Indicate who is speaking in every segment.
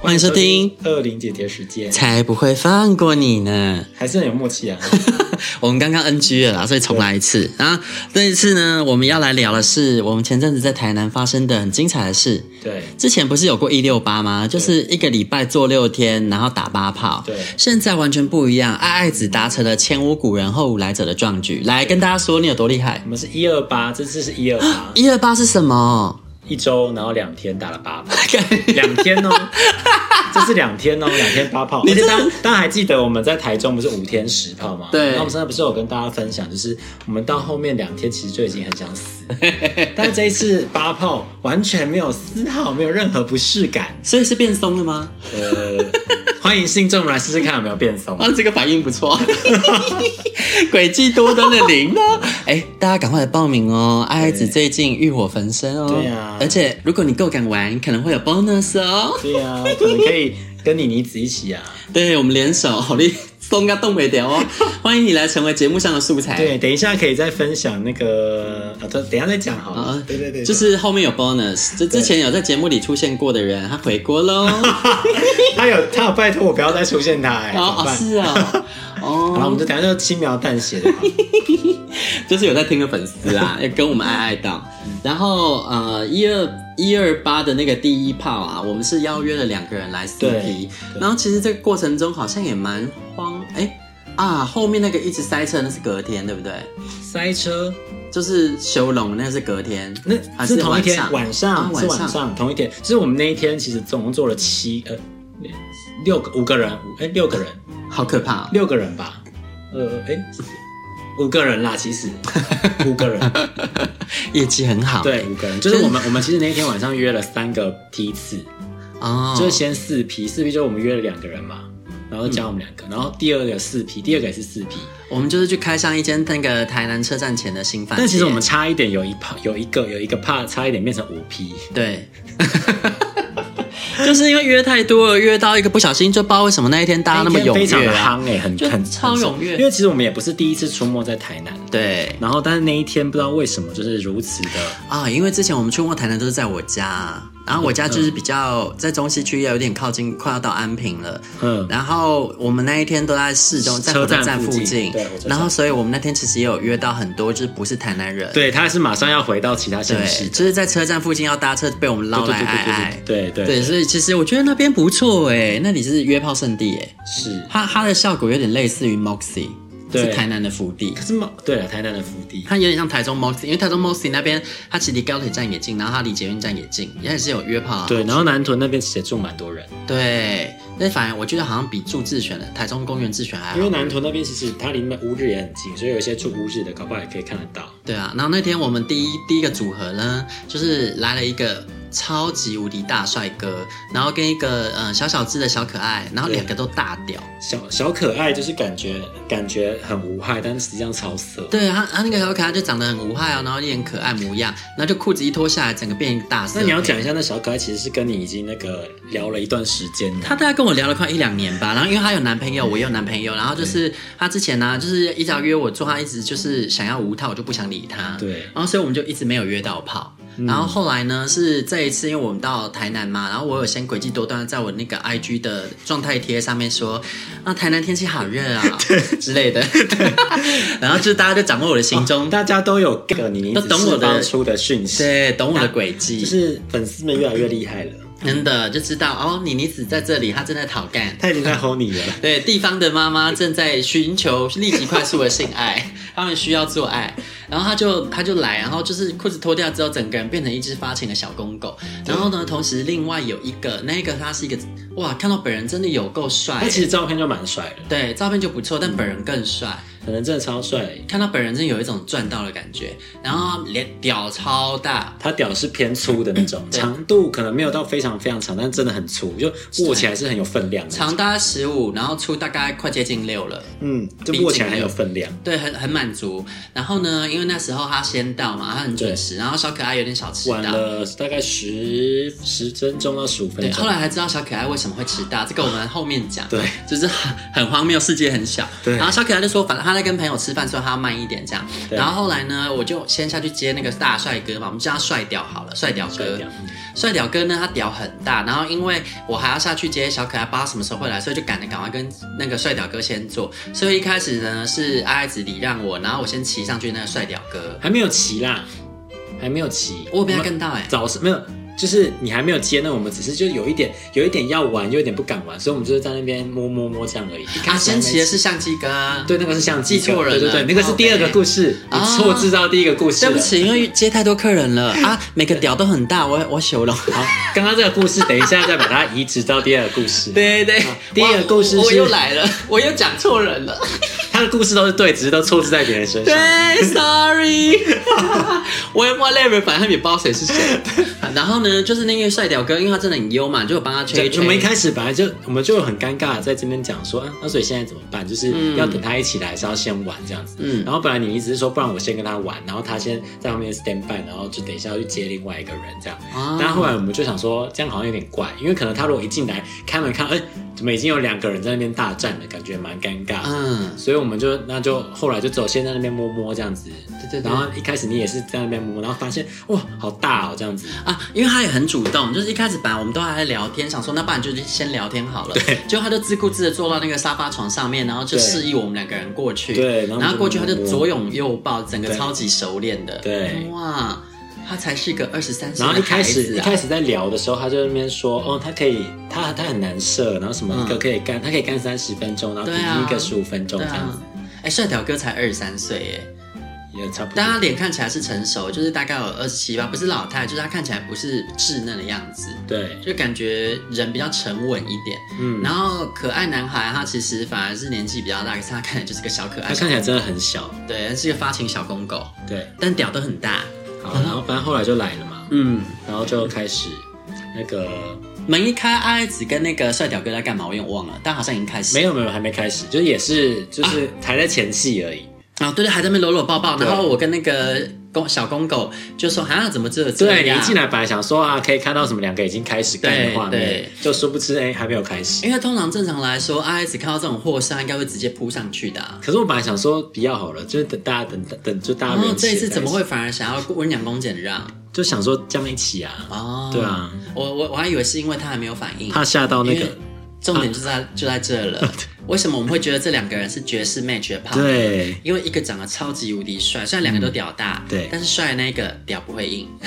Speaker 1: 欢迎收听，
Speaker 2: 二零姐姐时间，
Speaker 1: 才不会放过你呢。
Speaker 2: 还是很有默契啊。
Speaker 1: 我们刚刚 NG 了啦，所以重来一次啊。这一次呢，我们要来聊的是我们前阵子在台南发生的很精彩的事。
Speaker 2: 对
Speaker 1: 之前不是有过一六八吗？就是一个礼拜做六天，然后打八炮。
Speaker 2: 对
Speaker 1: 现在完全不一样。爱爱子达成了前无古人后无来者的壮举，来跟大家说你有多厉害
Speaker 2: 我。们是一二八，这次是一二八，
Speaker 1: 一二八是什么？
Speaker 2: 一周然后两天打了八炮，两天 哦，这是两天哦，两天八炮。
Speaker 1: 你
Speaker 2: 而且
Speaker 1: 真的
Speaker 2: 大家大家还记得我们在台中不是五天十炮吗？
Speaker 1: 对
Speaker 2: 然后我们上次不是有跟大家分享，就是我们到后面两天其实就已经很想 死，但是这一次八炮完全没有丝毫没有任何不适感。
Speaker 1: 所以是变松了吗？
Speaker 2: 呃， 欢迎信众们来试试看有没有 变松。
Speaker 1: 啊，这个反应不错， 诡计多端的零呢？哎，大家赶快来报名哦！爱爱子最近欲火焚身哦，
Speaker 2: 对啊
Speaker 1: 而且如果你够敢玩，可能会有 bonus 哦。
Speaker 2: 对啊，可能可以跟你妮子一起啊。
Speaker 1: 对我们联手，好力松个东北点哦，欢迎你来成为节目上的素材。
Speaker 2: 对，等一下可以再分享那个，啊，等等一下再讲好了。
Speaker 1: 嗯啊
Speaker 2: 对对对，
Speaker 1: 就是后面有 bonus，就之前有在节目里出现过的人，他回国喽。
Speaker 2: 他有他有拜托我不要再出现他、
Speaker 1: 哦
Speaker 2: 哎、怎么
Speaker 1: 哦，
Speaker 2: 办？
Speaker 1: 是 哦，
Speaker 2: 好了，我
Speaker 1: 哦
Speaker 2: 们，就等一下就轻描淡写 的吧。
Speaker 1: 就是有在听的粉丝 啊，要跟我们爱爱到。
Speaker 2: 嗯
Speaker 1: 然后呃，一二一二八的那个第一炮啊，我们是邀约了两个人来 CP，
Speaker 2: 对
Speaker 1: 然后其实这个过程中好像也蛮慌，哎啊，后面那个一直塞车那是隔天对不对？
Speaker 2: 塞车，
Speaker 1: 就是修容那是隔天，
Speaker 2: 那
Speaker 1: 还
Speaker 2: 是
Speaker 1: 是
Speaker 2: 同一天
Speaker 1: 晚
Speaker 2: 晚上、
Speaker 1: 啊
Speaker 2: 是
Speaker 1: 晚
Speaker 2: 晚上同一天，就是我们那一天其实总共做了七呃六个五个人，五哎、六个人
Speaker 1: 好可怕哦、
Speaker 2: 六个人吧，呃哎、五个人 啦，其实五个人，
Speaker 1: 业绩很好，
Speaker 2: 对五个人，就是我们我们其实那一天晚上约了三个梯次。
Speaker 1: 哦，
Speaker 2: 就是先四批，四批就是我们约了两个人嘛，然后加我们两个，然后第二个四批，第二个也是四批，
Speaker 1: 我们就是去开上一间那个台南车站前的新饭店，
Speaker 2: 但其实我们差一点有一怕有一个有一个怕差一点变成五批，
Speaker 1: 对。就是因为约太多了，约到一个不小心，就不知道为什么那一天大家那么
Speaker 2: 一天
Speaker 1: 踊
Speaker 2: 非常
Speaker 1: 跃、
Speaker 2: 的
Speaker 1: 啊。
Speaker 2: 夯哎、很
Speaker 1: 就
Speaker 2: 很
Speaker 1: 超踊跃
Speaker 2: 很因为其实我们也不是第一次出没在台南，
Speaker 1: 对
Speaker 2: 然后但是那一天不知道为什么就是如此的，
Speaker 1: 啊，因为之前我们去过台南都是在我家，然后我家就是比较在中西区，也有点靠近，快要到安平了。
Speaker 2: 嗯，
Speaker 1: 然后我们那一天都在市中，在火
Speaker 2: 车站
Speaker 1: 车站
Speaker 2: 附
Speaker 1: 附
Speaker 2: 近
Speaker 1: 近
Speaker 2: 对火车。站
Speaker 1: 然后，所以我们那天其实也有约到很多，就是不是台南人。
Speaker 2: 对，他是马上要回到其他县市
Speaker 1: 对，
Speaker 2: 的，
Speaker 1: 就是在车站附近要搭车，被我们捞来爱爱。
Speaker 2: 对对对对对对
Speaker 1: 对，所以其实我觉得那边不错哎，那里是约炮圣地哎，
Speaker 2: 是，
Speaker 1: 它它的效果有点类似于 Moxie，
Speaker 2: 对
Speaker 1: 是台南的福地
Speaker 2: 可，是嘛，对了，台南的福地，
Speaker 1: 它有点像台中 Moxie，因为台中 Moxie 那边它其实离高铁站也近，然后它离捷运站也近，也是有约炮啊。
Speaker 2: 对，然后南屯那边其实住蛮多人，
Speaker 1: 对，那反而我觉得好像比住自选的台中公园自选还好
Speaker 2: 啊因。为南屯那边其实它离那乌日也很近，所以有一些住乌日的，搞不好也可以看得到。
Speaker 1: 对啊，然后那天我们第一第一个组合呢，就是来了一个超级无敌大帅哥，然后跟一个呃小小只的小可爱，然后两个都大屌。
Speaker 2: 小小可爱就是感觉感觉很无害，但实际上超色。
Speaker 1: 对他，他那个小可爱就长得很无害哦，然后一脸可爱模样，然后就裤子一脱下来，整个变大色。
Speaker 2: 那你要讲一下，那小可爱其实是跟你已经那个聊了一段时间了。
Speaker 1: 她大概跟我聊了快一两年吧，然后因为她有男朋友，我也有男朋友，然后就是她之前呢、就是一直要约我做，她一直就是想要无套，我就不想理她。
Speaker 2: 对
Speaker 1: 然后所以我们就一直没有约到炮。然后后来呢，是这一次，因为我们到台南嘛，然后我有先诡计多端，在我那个 IG 的状态贴上面说，啊，台南天气好热啊 之类的，哦然后就大家就掌握我的行踪，
Speaker 2: 大家都有 get 你，你
Speaker 1: 都懂我的
Speaker 2: 只是发出的讯息，
Speaker 1: 对，懂我的轨迹，
Speaker 2: 就是粉丝们越来越厉害了。
Speaker 1: 真的就知道哦，妮妮子在这里，她正在讨干。
Speaker 2: 他已经在吼你 了。
Speaker 1: 对，地方的妈妈正在寻求立即快速的性爱， 他们需要做爱，然后他就他就来，然后就是裤子脱掉之后，整个人变成一只发情的小公狗。然后呢，同时另外有一个，那个他是一个哇，看到本人真的有够帅
Speaker 2: 他
Speaker 1: 耶，
Speaker 2: 其实照片就蛮帅的，
Speaker 1: 对照片就不错，但本人更帅。
Speaker 2: 可能真的超帅。
Speaker 1: 看到本人真有一种赚到的感觉，然后脸屌超大，
Speaker 2: 他屌是偏粗的那种，
Speaker 1: 对
Speaker 2: 长度可能没有到非常非常长，但真的很粗，就握起来是很有分量的。
Speaker 1: 长大概十五，然后粗大概快接近六了。
Speaker 2: 嗯，就握起来很有分量。
Speaker 1: 对，很很满足。然后呢，因为那时候他先到嘛，他很准时。然后小可爱有点小迟
Speaker 2: 晚
Speaker 1: 到，
Speaker 2: 了大概十十分钟到十五分
Speaker 1: 对。后
Speaker 2: 钟，
Speaker 1: 来才知道小可爱为什么会迟到，这个我们后面讲。
Speaker 2: 对，
Speaker 1: 就是很很荒谬，世界很小。
Speaker 2: 对
Speaker 1: 然后小可爱就说，反正他在跟朋友吃饭，所以他要慢一点这样。
Speaker 2: 对
Speaker 1: 然后后来呢，我就先下去接那个大帅哥嘛，我们叫他帅屌好了，帅屌哥。
Speaker 2: 帅屌
Speaker 1: 帅屌哥呢，他屌很大，然后因为我还要下去接小可爱，不知道什么时候会来，所以就赶着赶快跟那个帅屌哥先做。所以一开始呢是阿爱子礼让我，然后我先骑上去那个帅屌哥，
Speaker 2: 还没有骑啦，还没有骑。
Speaker 1: 我有被他
Speaker 2: 我们
Speaker 1: 跟到哎、
Speaker 2: 早是没有，就是你还没有接那，我们只是就有一点有一点要玩，又有点不敢玩，所以我们就是在那边摸摸摸这样而已。一
Speaker 1: 他
Speaker 2: 开始还
Speaker 1: 先
Speaker 2: 没
Speaker 1: 啊骑的是相机哥，
Speaker 2: 对，那个是相机
Speaker 1: 记错人了
Speaker 2: 对对对，那个是第二个故事，你
Speaker 1: 靠北
Speaker 2: 错制造第一个故事
Speaker 1: 对
Speaker 2: 了。
Speaker 1: 不起，因为接太多客人 了啊，每个屌都很大，我我修了。
Speaker 2: 好，刚刚这个故事，等一下再把它移植到第二个故 事。
Speaker 1: 对对
Speaker 2: 好第一个故事
Speaker 1: 我我
Speaker 2: 是
Speaker 1: 又来了，我又讲错人 了。
Speaker 2: 他的故事都是对，只是都错置在别人身上。
Speaker 1: 对，sorry，我也 whatever，反正他们也不知道谁是谁。然后呢，就是那个帅屌哥，因为他真的很优嘛，就有帮他吹一
Speaker 2: 就
Speaker 1: 吹。
Speaker 2: 我们一开始本来就我们就很尴尬，在这边讲说，啊，那所以现在怎么办？就是要等他一起来，还是要先玩这样子？
Speaker 1: 嗯
Speaker 2: 嗯，然后本来你一直是说，不然我先跟他玩，然后他先在后面 stand by，然后就等一下要去接另外一个人这样。
Speaker 1: 啊
Speaker 2: 但后来我们就想说，这样好像有点怪，因为可能他如果一进来开门看，哎、怎么已经有两个人在那边大战了，感觉蛮尴尬。
Speaker 1: 嗯，
Speaker 2: 所以我们就那就后来就走，先在那边摸摸这样子，
Speaker 1: 对对对
Speaker 2: 然后一开始你也是在那边摸，然后发现哇，好大哦这样子，
Speaker 1: 啊，因为他也很主动，就是一开始本来我们都还在聊天，想说那不然就先聊天好了。对，结果他就自顾自的坐到那个沙发床上面，然后就
Speaker 2: 对
Speaker 1: 示意我们两个人过去。
Speaker 2: 对然后
Speaker 1: 然后过去他
Speaker 2: 我们
Speaker 1: 就
Speaker 2: 就摸
Speaker 1: 左拥右抱，整个
Speaker 2: 对
Speaker 1: 超级熟练的。
Speaker 2: 对
Speaker 1: 哇，他才是个二十三岁
Speaker 2: 然后
Speaker 1: 的
Speaker 2: 一开
Speaker 1: 孩
Speaker 2: 始、
Speaker 1: 子
Speaker 2: 一
Speaker 1: 啊
Speaker 2: 开。始在聊的时候，他就在那边说，哦，他可以，他他很难射，然后什么
Speaker 1: 嗯
Speaker 2: 一个可以干，他可以干三十分钟，然后
Speaker 1: 对
Speaker 2: 平
Speaker 1: 啊
Speaker 2: 均一个十五分钟
Speaker 1: 对
Speaker 2: 这样
Speaker 1: 啊
Speaker 2: 子，，
Speaker 1: 哎，帅屌哥才二十三岁耶。
Speaker 2: 也差不多
Speaker 1: 但。他脸看起来是成熟，就是大概有二十七吧，不是老太，就是他看起来不是稚嫩的样子，
Speaker 2: 对，
Speaker 1: 就感觉人比较沉稳一点。
Speaker 2: 嗯，
Speaker 1: 然后可爱男孩他其实反而是年纪比较大，可是他看起来就是个小可
Speaker 2: 他
Speaker 1: 爱，
Speaker 2: 看起来真的很小，
Speaker 1: 对，他是个发情小公狗，
Speaker 2: 对，
Speaker 1: 但屌都很大。
Speaker 2: 好，然后反正后来就来了嘛，
Speaker 1: 嗯，
Speaker 2: 然后就开始那个
Speaker 1: 门一开，阿爱子跟那个帅屌哥在干嘛？我有点忘了，但好像已经开始
Speaker 2: 没有没有还没开始，就也是就是还在前戏而已。
Speaker 1: 啊、对对，还在那边搂搂抱抱。
Speaker 2: 对
Speaker 1: 然后我跟那个公小公狗就说：“啊，怎么这这
Speaker 2: 对你
Speaker 1: 样
Speaker 2: 一进来本来想说啊，可以看到什么两个已经开始干的画
Speaker 1: 对
Speaker 2: 面，就殊不知哎、还没有开始。
Speaker 1: 因为通常正常来说，阿 S 看到这种货色，应该会直接扑上去的、啊。
Speaker 2: 可是我本来想说不要好了，就是等大家等等就大家
Speaker 1: 然
Speaker 2: 没有
Speaker 1: 后
Speaker 2: 人
Speaker 1: 哦这
Speaker 2: 起来
Speaker 1: 一次怎么会反而想要温良恭俭让？
Speaker 2: 就想说这样一起啊？
Speaker 1: 哦，
Speaker 2: 对啊，
Speaker 1: 我我我还以为是因为他还没有反应，
Speaker 2: 怕吓到那
Speaker 1: 因
Speaker 2: 个
Speaker 1: 为重点就在、
Speaker 2: 啊
Speaker 1: 就在这 了。为什么我们会觉得这两个人是绝世 match 的 p
Speaker 2: 对
Speaker 1: 因为一个长得超级无敌帅，虽然两个都屌大，
Speaker 2: 嗯对
Speaker 1: 但是帅的那个屌不会硬，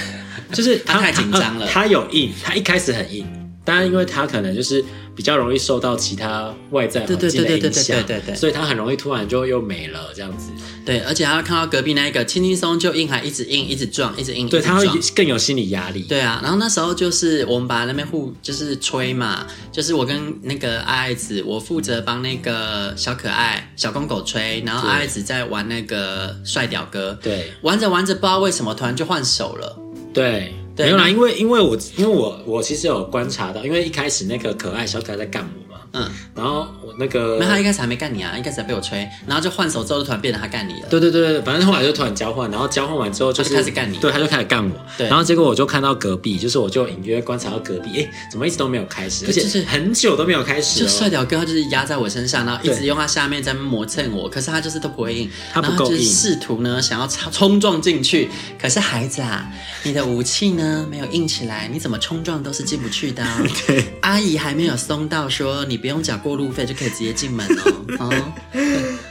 Speaker 2: 就是
Speaker 1: 他太紧张了
Speaker 2: 他他有硬，他一开始很硬，当然因为他可能就是比较容易受到其他外在环境的
Speaker 1: 对对对对
Speaker 2: 影响，
Speaker 1: 对对对对
Speaker 2: 所以他很容易突然就又没了这样子，
Speaker 1: 对，而且他看到隔壁那个轻轻松就硬，还一直硬，一直撞，一直硬，
Speaker 2: 对
Speaker 1: 一直
Speaker 2: 他会
Speaker 1: 撞
Speaker 2: 更有心理压力。
Speaker 1: 对啊，然后那时候就是我们把那边互就是吹嘛，就是我跟那个阿爱子，我负责帮那个小可爱小公狗吹，然后
Speaker 2: 对
Speaker 1: 阿爱子在玩那个帅屌哥，
Speaker 2: 对
Speaker 1: 玩着玩着不知道为什么突然就换手了，
Speaker 2: 对。
Speaker 1: 对
Speaker 2: 没有啦，
Speaker 1: 那
Speaker 2: 因为因为我因为我我其实有观察到，因为一开始那个可爱小可爱在干我嘛，
Speaker 1: 嗯，
Speaker 2: 然后我那个
Speaker 1: 没有他一开始还没干你啊，一开始还被我吹，然后就换手之后就突然变成他干你了，
Speaker 2: 对对对对，反正后来就突然交换，然后交换完之后就是
Speaker 1: 他就开始干你
Speaker 2: 对，他就开始干我，
Speaker 1: 对
Speaker 2: 然后结果我就看到隔壁，就是我就隐约观察到隔壁，哎，怎么一直都没有开始，
Speaker 1: 对
Speaker 2: 而且
Speaker 1: 就是
Speaker 2: 很久都没有开始
Speaker 1: 就帅
Speaker 2: 哦，
Speaker 1: 屌哥他就是压在我身上，然后一直
Speaker 2: 对
Speaker 1: 用他下面在磨蹭我，可是他就是都不会硬，
Speaker 2: 他不
Speaker 1: 然后
Speaker 2: 够
Speaker 1: 就
Speaker 2: 硬
Speaker 1: 是试图呢想要冲冲撞进去，可是孩子啊，你的武器 呢没有硬起来，你怎么冲撞都是进不去的、哦。阿姨还没有松到说你不用缴过路费就可以直接进门 哦。哦，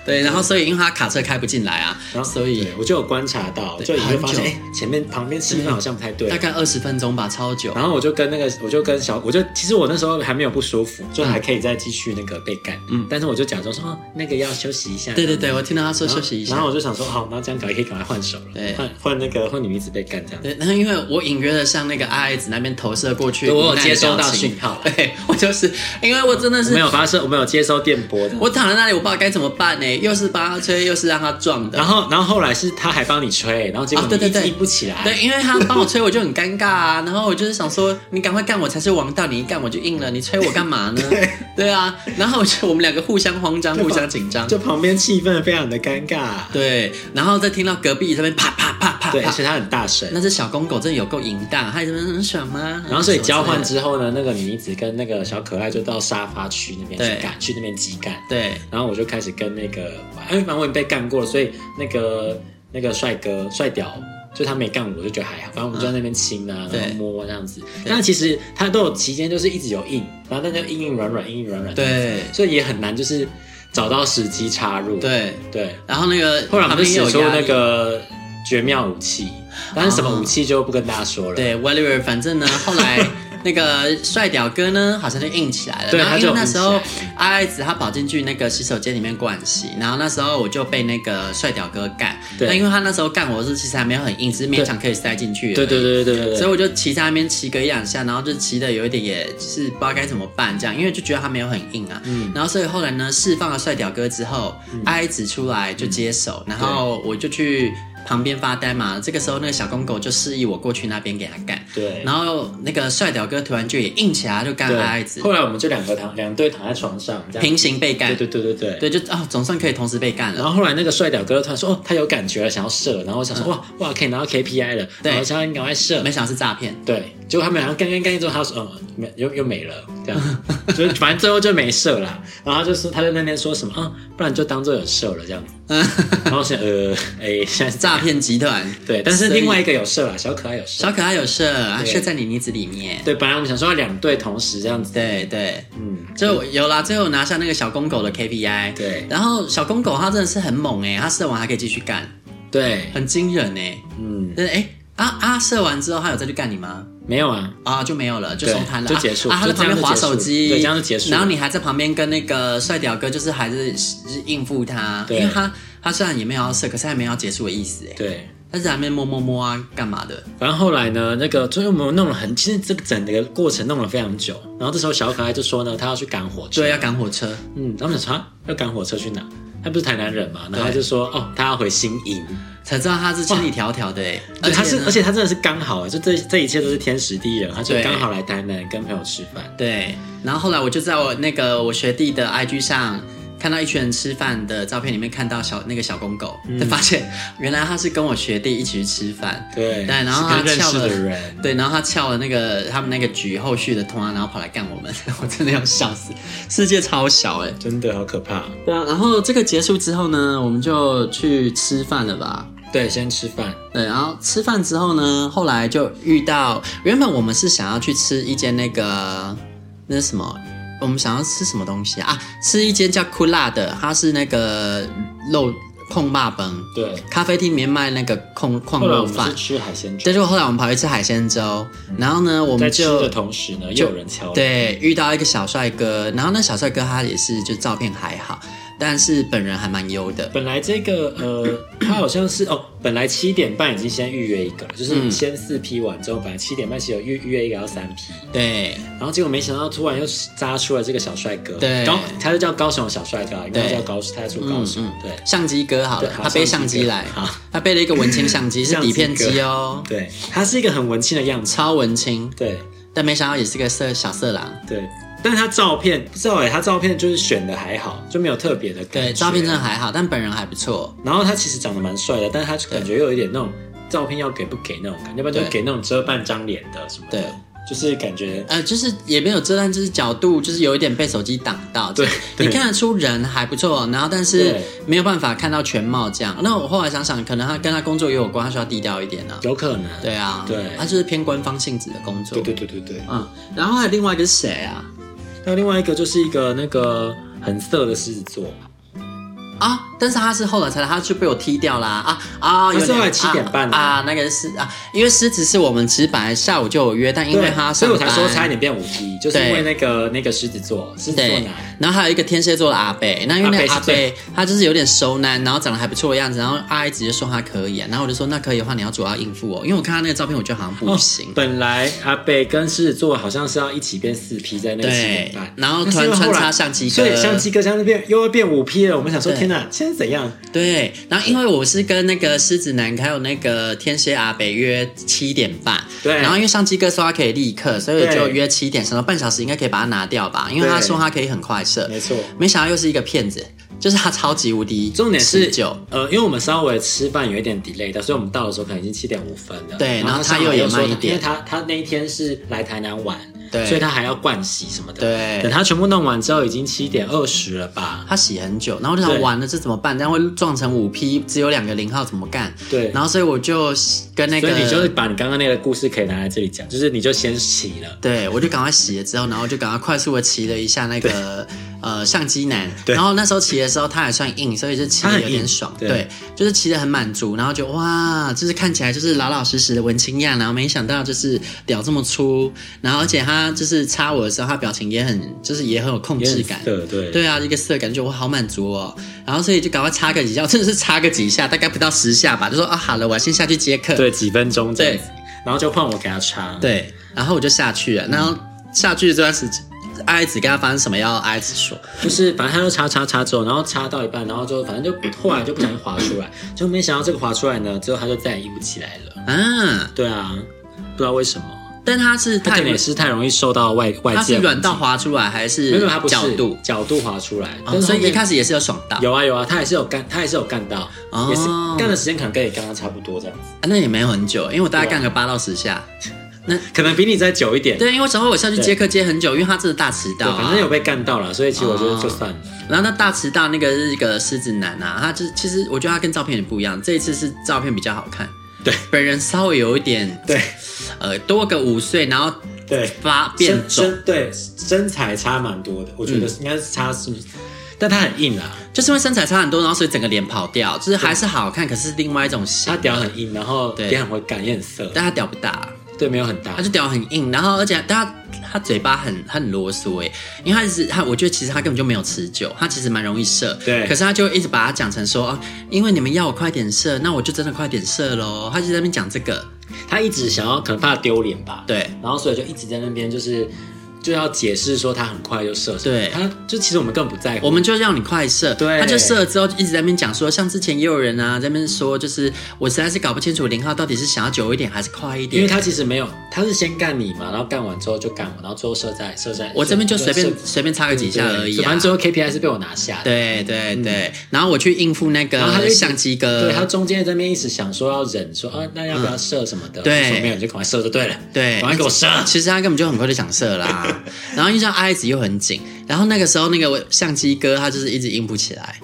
Speaker 1: 对，然后所以因为他卡车开不进来啊，
Speaker 2: 然后
Speaker 1: 所以
Speaker 2: 对我就有观察到，
Speaker 1: 对
Speaker 2: 就你会发现，
Speaker 1: 很久
Speaker 2: 哎、前面旁边气氛好像不太对
Speaker 1: 大。概二十分钟吧，超久。
Speaker 2: 然后我就跟那个，我就跟小，我就其实我那时候还没有不舒服，就
Speaker 1: 嗯
Speaker 2: 还可以再继续那个被干，嗯，但是我就假装说、哦、那个要休息一下，
Speaker 1: 对对对，我听到他说
Speaker 2: 然后
Speaker 1: 休息一
Speaker 2: 然
Speaker 1: 下
Speaker 2: 后。我就想说，哦好，那这样搞也可以赶快换手了，
Speaker 1: 对
Speaker 2: 换换那个换女一直被干这样。
Speaker 1: 对，然后因为我隐约的向那个阿爱子那边投射过去，
Speaker 2: 对我有
Speaker 1: 无奈的
Speaker 2: 接收
Speaker 1: 表
Speaker 2: 到
Speaker 1: 情
Speaker 2: 讯 号了
Speaker 1: 对 我就是因为我真的
Speaker 2: 我
Speaker 1: 是
Speaker 2: 们有发射，我们有接收电波的。
Speaker 1: 我躺在那里，我不知道该怎么办呢，又是帮他吹，又是让他撞的
Speaker 2: 然。后，然后后来是他还帮你吹，然后结果
Speaker 1: 啊
Speaker 2: 你
Speaker 1: 对对
Speaker 2: 一直
Speaker 1: 对
Speaker 2: 硬不起来。
Speaker 1: 对，因为他帮我吹，我就很尴尬啊。然后我就是想说，你赶快干我才是王道，你一干我就硬了，你吹我干嘛呢？ 对啊，然后我就我们两个互相慌张，互相紧张。
Speaker 2: 就旁边气氛非常的尴尬。
Speaker 1: 对，然后再听到隔壁这边啪啪啪啪
Speaker 2: 对，而
Speaker 1: 啪，
Speaker 2: 且他很大声。
Speaker 1: 啊那只小公狗真的有够淫荡，它这边很爽吗？
Speaker 2: 然后所以交换
Speaker 1: 之
Speaker 2: 之后呢，那个女子跟那个小可爱就到沙发区那边
Speaker 1: 对
Speaker 2: 去干，去那边挤干。
Speaker 1: 对
Speaker 2: 然后我就开始跟那个，因为反正我已经被干过了，所以那个那个帅哥帅屌。就他没干我，我就觉得还好。反正我们就在那边亲啊，
Speaker 1: 嗯对
Speaker 2: 然后摸这样子。那其实他都有期间，就是一直有硬，然后但就硬硬软软，硬硬软软。，
Speaker 1: 对
Speaker 2: 所以也很难就是找到时机插入。
Speaker 1: 对，
Speaker 2: 对。
Speaker 1: 然后那个
Speaker 2: 后来我
Speaker 1: 旁
Speaker 2: 们就
Speaker 1: 边也
Speaker 2: 使
Speaker 1: 有
Speaker 2: 出
Speaker 1: 压
Speaker 2: 那
Speaker 1: 力
Speaker 2: 个绝妙武器，但是什么武器就不跟大家说了。
Speaker 1: 对 w a l e r 反 正呢，后来那个帅屌哥呢，好像就硬起来了。
Speaker 2: 对
Speaker 1: 然后
Speaker 2: 他
Speaker 1: 因
Speaker 2: 就
Speaker 1: 为那时候
Speaker 2: 硬起
Speaker 1: 阿爱子她跑进去那个洗手间里面灌洗，然后那时候我就被那个帅屌哥干。
Speaker 2: 对
Speaker 1: 那因为他那时候干我的时候其实还没有很硬，只是勉强可以塞进去。
Speaker 2: 对对。对对对
Speaker 1: 所以
Speaker 2: 对。
Speaker 1: 我就骑在那边骑个一两下，然后就骑的有一点也就是不知道该怎么办这样，因为就觉得他没有很硬啊。
Speaker 2: 嗯
Speaker 1: 然后所以后来呢，释放了帅屌哥之后，阿姨子出来就接手，然后我就去旁边发呆嘛。这个时候那个小公狗就示意我过去那边给他干，
Speaker 2: 对，
Speaker 1: 然后那个帅屌哥突然就也硬起来，就干阿爱子
Speaker 2: 对，，后来我们就两个躺两队躺在床上，这样
Speaker 1: 平行被干，
Speaker 2: 对对对对对。哦
Speaker 1: 对就哦，总算可以同时被干
Speaker 2: 然
Speaker 1: 了。
Speaker 2: 后后来那个帅屌哥突然说：“哦，他有感觉了，想要射。”然后我想说：“哇哇，可以拿到 KPI 了。”
Speaker 1: 嗯对
Speaker 2: 然后想要你赶快射
Speaker 1: 没。想到是诈骗，
Speaker 2: 对，结果他们两个干干干之后，他说：“嗯，没又又没了。”这样， 就是反正最后就没射啦。然后他就说他在那边说什么：“啊，不然就当做有射了这样。”然后我想呃，哎，现在是
Speaker 1: 诈骗集团。
Speaker 2: 对，但是
Speaker 1: 所以
Speaker 2: 另外一个有射啦，小可爱有射。
Speaker 1: 小可爱有射，啊
Speaker 2: 对
Speaker 1: 射在你妮子里面。
Speaker 2: 对，本来我们想说要两队同时这样子，
Speaker 1: 对对，
Speaker 2: 嗯，
Speaker 1: 就有啦，最后拿下那个小公狗的 KPI。
Speaker 2: 对
Speaker 1: 然后小公狗它真的是很猛哎、它射完还可以继续干，
Speaker 2: 对，
Speaker 1: 很惊人哎、
Speaker 2: 嗯，
Speaker 1: 但是哎啊啊，射完之后它有再去干你吗？
Speaker 2: 没有啊，
Speaker 1: 啊，就没有了，就
Speaker 2: 对
Speaker 1: 收摊了，
Speaker 2: 就结束
Speaker 1: 啊。啊他在
Speaker 2: 就这
Speaker 1: 旁
Speaker 2: 样
Speaker 1: 边划
Speaker 2: 就结束
Speaker 1: 手机，
Speaker 2: 对这样就结束
Speaker 1: 然后你还在旁边跟那个帅屌哥，就是还是就是应付他，因
Speaker 2: 对
Speaker 1: 为他他虽然也没有要射，可是还没有要结束的意思哎，
Speaker 2: 对。
Speaker 1: 他是在那边摸摸摸啊，干嘛的？
Speaker 2: 反正后来呢，那个所以我们弄了很，其实这个整个过程弄了非常久。然后这时候小可爱就说呢，他要去赶火车，
Speaker 1: 对，要赶火车，
Speaker 2: 嗯，然后我们想说啊要赶火车去哪？他不是台南人嘛，然后他
Speaker 1: 对
Speaker 2: 就说哦，他要回新营。
Speaker 1: 才知道他是千里迢迢的哎，
Speaker 2: 哦对，他是
Speaker 1: 呢
Speaker 2: 而且他真的是刚好，就这这一切都是天时地利人和，他就
Speaker 1: 对
Speaker 2: 刚好来台南跟朋友吃饭。
Speaker 1: 对，然后后来我就在我那个我学弟的 IG 上看到一群人吃饭的照片，里面看到小那个小公狗，
Speaker 2: 嗯
Speaker 1: 才发现原来他是跟我学弟一起去吃饭，
Speaker 2: 对，
Speaker 1: 对，然后
Speaker 2: 是
Speaker 1: 他
Speaker 2: 跟认
Speaker 1: 翘
Speaker 2: 识
Speaker 1: 了
Speaker 2: 的人，
Speaker 1: 对，然后他翘了那个他们那个局后续的通啊，然后跑来干我们， 我真的要笑死，世界超小哎、
Speaker 2: 真的好可怕。
Speaker 1: 对啊，然后这个结束之后呢，我们就去吃饭了吧。
Speaker 2: 对，先吃饭，
Speaker 1: 对，然后吃饭之后呢，后来就遇到，原本我们是想要去吃一间那个那是什么，我们想要吃什么东西啊？啊吃一间叫酷辣的，它是那个肉控霸崩
Speaker 2: 对。
Speaker 1: 咖啡厅里面卖那个控控
Speaker 2: 后来
Speaker 1: 肉
Speaker 2: 我们
Speaker 1: 饭
Speaker 2: 是。吃海鲜粥
Speaker 1: 对，，就后来我们跑去吃海鲜粥，然后呢，我
Speaker 2: 在
Speaker 1: 们
Speaker 2: 吃的
Speaker 1: 就
Speaker 2: 同时呢，又有人敲。，
Speaker 1: 对遇到一个小帅哥，然后那小帅哥他也是就照片还好，但是本人还蛮优的。
Speaker 2: 本来这个呃，他好像是哦，本来七点半已经先预约一个了，就是
Speaker 1: 嗯
Speaker 2: 先四批完之后，本来七点半是有预预约一个要三批，
Speaker 1: 对，
Speaker 2: 然后结果没想到突然又扎出了这个小帅哥，
Speaker 1: 对
Speaker 2: 高他就叫高雄小帅哥啊，因为他
Speaker 1: 对
Speaker 2: 叫高，他住高雄
Speaker 1: 嗯，
Speaker 2: 对
Speaker 1: 相机哥好了
Speaker 2: 对，好
Speaker 1: 他背
Speaker 2: 相
Speaker 1: 相
Speaker 2: 机
Speaker 1: 机
Speaker 2: 哥
Speaker 1: 来
Speaker 2: 好，
Speaker 1: 他背了一个文青相 机，是
Speaker 2: 相机
Speaker 1: 底片
Speaker 2: 哥
Speaker 1: 机哦，
Speaker 2: 对，他是一个很文青的样子，
Speaker 1: 超文青，
Speaker 2: 对
Speaker 1: 但没想到也是个色小色狼。
Speaker 2: 对，但是他照片不知道哎，他照片就是选的还好，就没有特别的感觉，
Speaker 1: 对，照片真的还好，但本人还不错。
Speaker 2: 然后他其实长得蛮帅的，但是他就感觉又有一点那种照片要给不给那种感觉，要不然就
Speaker 1: 对
Speaker 2: 给那种遮半张脸的什么的，
Speaker 1: 对
Speaker 2: 就是感觉
Speaker 1: 呃，就是也没有遮挡，就是角度，就是有一点被手机挡到。
Speaker 2: 对对
Speaker 1: 你看得出人还不错，然后但是
Speaker 2: 对
Speaker 1: 没有办法看到全貌这样。那我后来想想，可能他跟他工作也有关，他需要低调一点呢、啊。
Speaker 2: 有可能。
Speaker 1: 对啊，
Speaker 2: 对
Speaker 1: 他就是偏官方性质的工作。
Speaker 2: 对对对对对
Speaker 1: 嗯，然后还有另外一个是谁啊？
Speaker 2: 还有另外一个就是一个那个很色的狮子座，
Speaker 1: 啊！但是他是后来才来，他就被我踢掉啦啊啊！有
Speaker 2: 他是
Speaker 1: 点
Speaker 2: 后来7点半的
Speaker 1: 啊啊，那个是啊，因为狮子是我们其实本来下午就有约，但因为
Speaker 2: 对
Speaker 1: 他
Speaker 2: 所
Speaker 1: 上
Speaker 2: 以我
Speaker 1: 班，
Speaker 2: 才说差一点变五 T，就是因
Speaker 1: 对
Speaker 2: 为那个那个狮子座，狮子座
Speaker 1: 对
Speaker 2: 男。，
Speaker 1: 然后还有一个天蝎座的阿贝，那因为那个
Speaker 2: 阿
Speaker 1: 阿
Speaker 2: 贝是最
Speaker 1: 贝他就是有点熟男，然后长得还不错的样子，然后阿姨直接说他可以、啊，然后我就说那可以的话，你要主要应付我，因为我看他那个照片，我觉得好像不行。
Speaker 2: 本来阿贝跟狮子座好像是要一起变四 P 在那个七点
Speaker 1: 对
Speaker 2: 半，
Speaker 1: 然后
Speaker 2: 但
Speaker 1: 突
Speaker 2: 是
Speaker 1: 然
Speaker 2: 因为后
Speaker 1: 穿插
Speaker 2: 来
Speaker 1: 相机哥
Speaker 2: 所以相机哥现在变又会变五 P 了。我们想说，
Speaker 1: 对
Speaker 2: 天哪，现在怎样？
Speaker 1: 对，然后因为我是跟那个狮子男还有那个天蝎阿北约七点半，
Speaker 2: 对
Speaker 1: 然后因为上机哥说他可以立刻，所以
Speaker 2: 对
Speaker 1: 就约七点，想说半小时应该可以把它拿掉吧，因为
Speaker 2: 对
Speaker 1: 他说他可以很快射，
Speaker 2: 没错
Speaker 1: 没想到又是一个骗子，就是他超级无敌，
Speaker 2: 重点是
Speaker 1: 九，
Speaker 2: 呃，因为我们稍微吃饭有一点 delay 的，所以我们到的时候可能已经七点五分了。
Speaker 1: 对然后
Speaker 2: 他
Speaker 1: 他又
Speaker 2: 有
Speaker 1: 也慢一
Speaker 2: 因
Speaker 1: 点
Speaker 2: 为他他那一天是来台南玩，
Speaker 1: 对
Speaker 2: 所以他还要盥洗什么的。
Speaker 1: 对
Speaker 2: 等他全部弄完之后，已经七点二十了吧？
Speaker 1: 他洗很久，然后我就想
Speaker 2: 对
Speaker 1: 完了这怎么办？这样会撞成五 P，只有两个零号怎么干？
Speaker 2: 对
Speaker 1: 然后所以我就跟那个，
Speaker 2: 所以你就是把你刚刚那个故事可以拿来这里讲，就是你就先洗了。
Speaker 1: 对，我就赶快洗了之后，然后就赶快快速的骑了一下那个呃相机男，
Speaker 2: 对
Speaker 1: 然后那时候骑的时候他还算硬，所以就骑
Speaker 2: 他
Speaker 1: 的
Speaker 2: 很
Speaker 1: 有点
Speaker 2: 硬
Speaker 1: 爽，
Speaker 2: 对
Speaker 1: 就是骑的很满足，然后就哇，就是看起来就是老老实实的文青样，然后没想到就是屌这么粗，然后而且他就是插我的时候，他表情也很就是也很有控制感，
Speaker 2: 对对
Speaker 1: 对啊，一个色感觉我好满足哦，然后所以就赶快插个几下，真 的是插个几下，大概不到十下吧，就说啊好了，我要先下去接客，
Speaker 2: 对，几分钟这样
Speaker 1: 对
Speaker 2: 子，然后就换我给他插。
Speaker 1: 对，然后我就下去了，然后下去这段时间，阿姨子跟他发生什么要阿姨子说，
Speaker 2: 就是反正他就插插插之后，然后插到一半，然后就反正就后来就不小心滑出来，就没想到这个滑出来呢，之后他就再也硬不起来了。
Speaker 1: 啊，
Speaker 2: 对啊，不知道为什么，
Speaker 1: 但他是
Speaker 2: 他
Speaker 1: 太
Speaker 2: 可能也是太容易受到外外
Speaker 1: 他
Speaker 2: 界
Speaker 1: 是
Speaker 2: 的
Speaker 1: 软到
Speaker 2: 攻
Speaker 1: 滑出来还
Speaker 2: 击，
Speaker 1: 是
Speaker 2: 没有他不是
Speaker 1: 角度？
Speaker 2: 角度滑出来，
Speaker 1: 哦
Speaker 2: 但是
Speaker 1: 所以一开
Speaker 2: 始
Speaker 1: 始也是有爽到，
Speaker 2: 有啊有啊，他也是有干，他也是有干到，
Speaker 1: 哦
Speaker 2: 也是干的时间可能跟你刚刚差不多这样子，
Speaker 1: 啊那也没有很久，因为我大概
Speaker 2: 对啊
Speaker 1: 干个八到十下。
Speaker 2: 啊可能比你再久一点。
Speaker 1: 对，因为我想说我下去接客接很久，因为他真的大迟到、
Speaker 2: 对，
Speaker 1: 啊，
Speaker 2: 反正有被干到了，所以其实我觉得
Speaker 1: 哦
Speaker 2: 就算了。
Speaker 1: 然后那大迟到那个是一个狮子男啊，他就其实我觉得他跟照片也不一样，这一次是照片比较好看，
Speaker 2: 对，
Speaker 1: 本人稍微有一点
Speaker 2: 对
Speaker 1: 呃多个五岁，然后
Speaker 2: 对，
Speaker 1: 发变嗯
Speaker 2: 身
Speaker 1: 种，
Speaker 2: 身对身材差蛮多的，我觉得应该是差是，但他很硬啊，
Speaker 1: 就是因为身材差很多，然后所以整个脸跑掉，就是还是好看，可是另外一种型
Speaker 2: 他。屌很硬，然后
Speaker 1: 对
Speaker 2: 也很会干，也很色，
Speaker 1: 但他屌不大，
Speaker 2: 对，没有很大
Speaker 1: 他，就屌很硬，然后而且但他他嘴巴很他很啰嗦哎，因为他一直他我觉得其实他根本就没有持久，他其实蛮容易射，
Speaker 2: 对
Speaker 1: 可是他就一直把它讲成说，哦，因为你们要我快点射，那我就真的快点射喽，他就在那边讲这个，
Speaker 2: 他一直想要，可能怕丢脸吧，，
Speaker 1: 对，
Speaker 2: 然后所以就一直在那边就是就要解释说他很快就射，
Speaker 1: 对
Speaker 2: 他就其实我们更不在乎，
Speaker 1: 我们就让你快射，
Speaker 2: 对
Speaker 1: 他就射了之后就一直在那边讲说，像之前也有人啊在那边说，就是我实在是搞不清楚零号到底是想要久一点还是快一点，
Speaker 2: 因为他其实没有，他是先干你嘛，然后干完之后就干我，然后最后射在射在，
Speaker 1: 我这边就随便
Speaker 2: 射
Speaker 1: 随便插个几下而已、
Speaker 2: 对
Speaker 1: 啊
Speaker 2: 反正。最后 KPI 是被我拿下的。
Speaker 1: 对对对，然后我去应付那
Speaker 2: 嗯然后他就
Speaker 1: 个
Speaker 2: 一直
Speaker 1: 相机哥，
Speaker 2: 对他中间在那边一直想说要忍，说啊，那要不要射什么的？
Speaker 1: 对
Speaker 2: 我说没有，你就赶快射就对了。
Speaker 1: 对
Speaker 2: 赶快给我射。
Speaker 1: 其实他根本就很快就想射啦， 然后印象阿姨子又很紧，然后那个时候那个相机哥他就是一直硬不起来，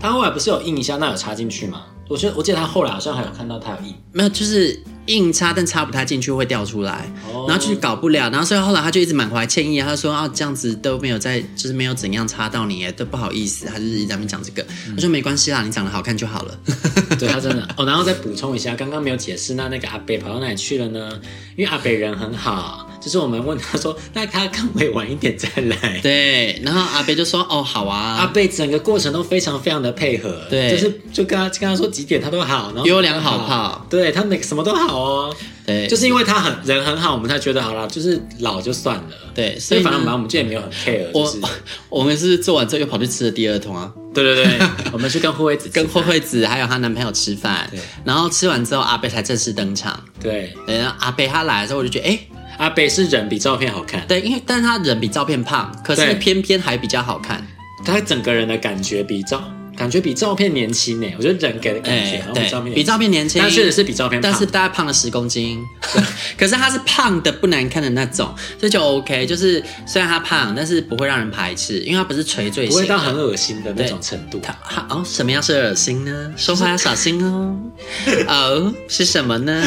Speaker 2: 他后来不是有印一下，那有插进去吗？我觉得我记得他后来好像还有看到他有印，
Speaker 1: 没有就是硬插但插不太进去会掉出来，
Speaker 2: 哦
Speaker 1: 然后 就是搞不了，然后所以后来他就一直满怀歉意，他说啊这样子都没有在就是没有怎样插到你耶，都不好意思，他就是一直在那边讲这个，
Speaker 2: 嗯
Speaker 1: 我说没关系啦，你长得好看就好了，
Speaker 2: 对他真的哦。然后再补充一下，刚刚没有解释，那那个阿北跑到哪里去了呢？因为阿北人很好，啊就是我们问他说，那他可不可以晚一点再来？
Speaker 1: 对，啊然后阿北就说哦好
Speaker 2: 阿
Speaker 1: 啊，
Speaker 2: 贝整个过程都非常非常的配合，
Speaker 1: 对
Speaker 2: 就是就跟他跟他说几点他都好，然后
Speaker 1: 优良好炮
Speaker 2: 对他每什么都好哦，
Speaker 1: 对，
Speaker 2: 就是因为他很人很好，我们才觉得好啦，就是老就算了，
Speaker 1: 对
Speaker 2: 所
Speaker 1: 所以
Speaker 2: 以反
Speaker 1: 呢
Speaker 2: 正我们我们就也没有很 care，就
Speaker 1: 我
Speaker 2: 是
Speaker 1: 我们是做完之后又跑去吃了第二桶啊，
Speaker 2: 对对对， 我们去跟护卫子
Speaker 1: 跟慧慧子还有她男朋友吃饭
Speaker 2: 对，
Speaker 1: 然后吃完之后阿贝才正式登场。
Speaker 2: 对
Speaker 1: 对然后阿贝他来的时候我就觉得，哎、
Speaker 2: 阿贝是人比照片好看，
Speaker 1: 对，因为但是他人比照片胖，可
Speaker 2: 对
Speaker 1: 是偏偏还比较好看。
Speaker 2: 他整个人的感觉比照感觉比照片年轻欸呢，我觉得人给的感觉
Speaker 1: 哎
Speaker 2: 好，像比照
Speaker 1: 对，
Speaker 2: 片
Speaker 1: 比照片年轻，
Speaker 2: 但确实是比照片胖
Speaker 1: 但是大概胖了十公斤。 可是他是胖的不难看的那种，这就 OK。就是虽然他胖，但是不会让人排斥，因为他不是垂坠
Speaker 2: 不会
Speaker 1: 型
Speaker 2: 到
Speaker 1: 的。
Speaker 2: 很恶心的那种程度，
Speaker 1: 他他哦，什么样是恶心呢？说话要小心 哦。哦，是什么呢？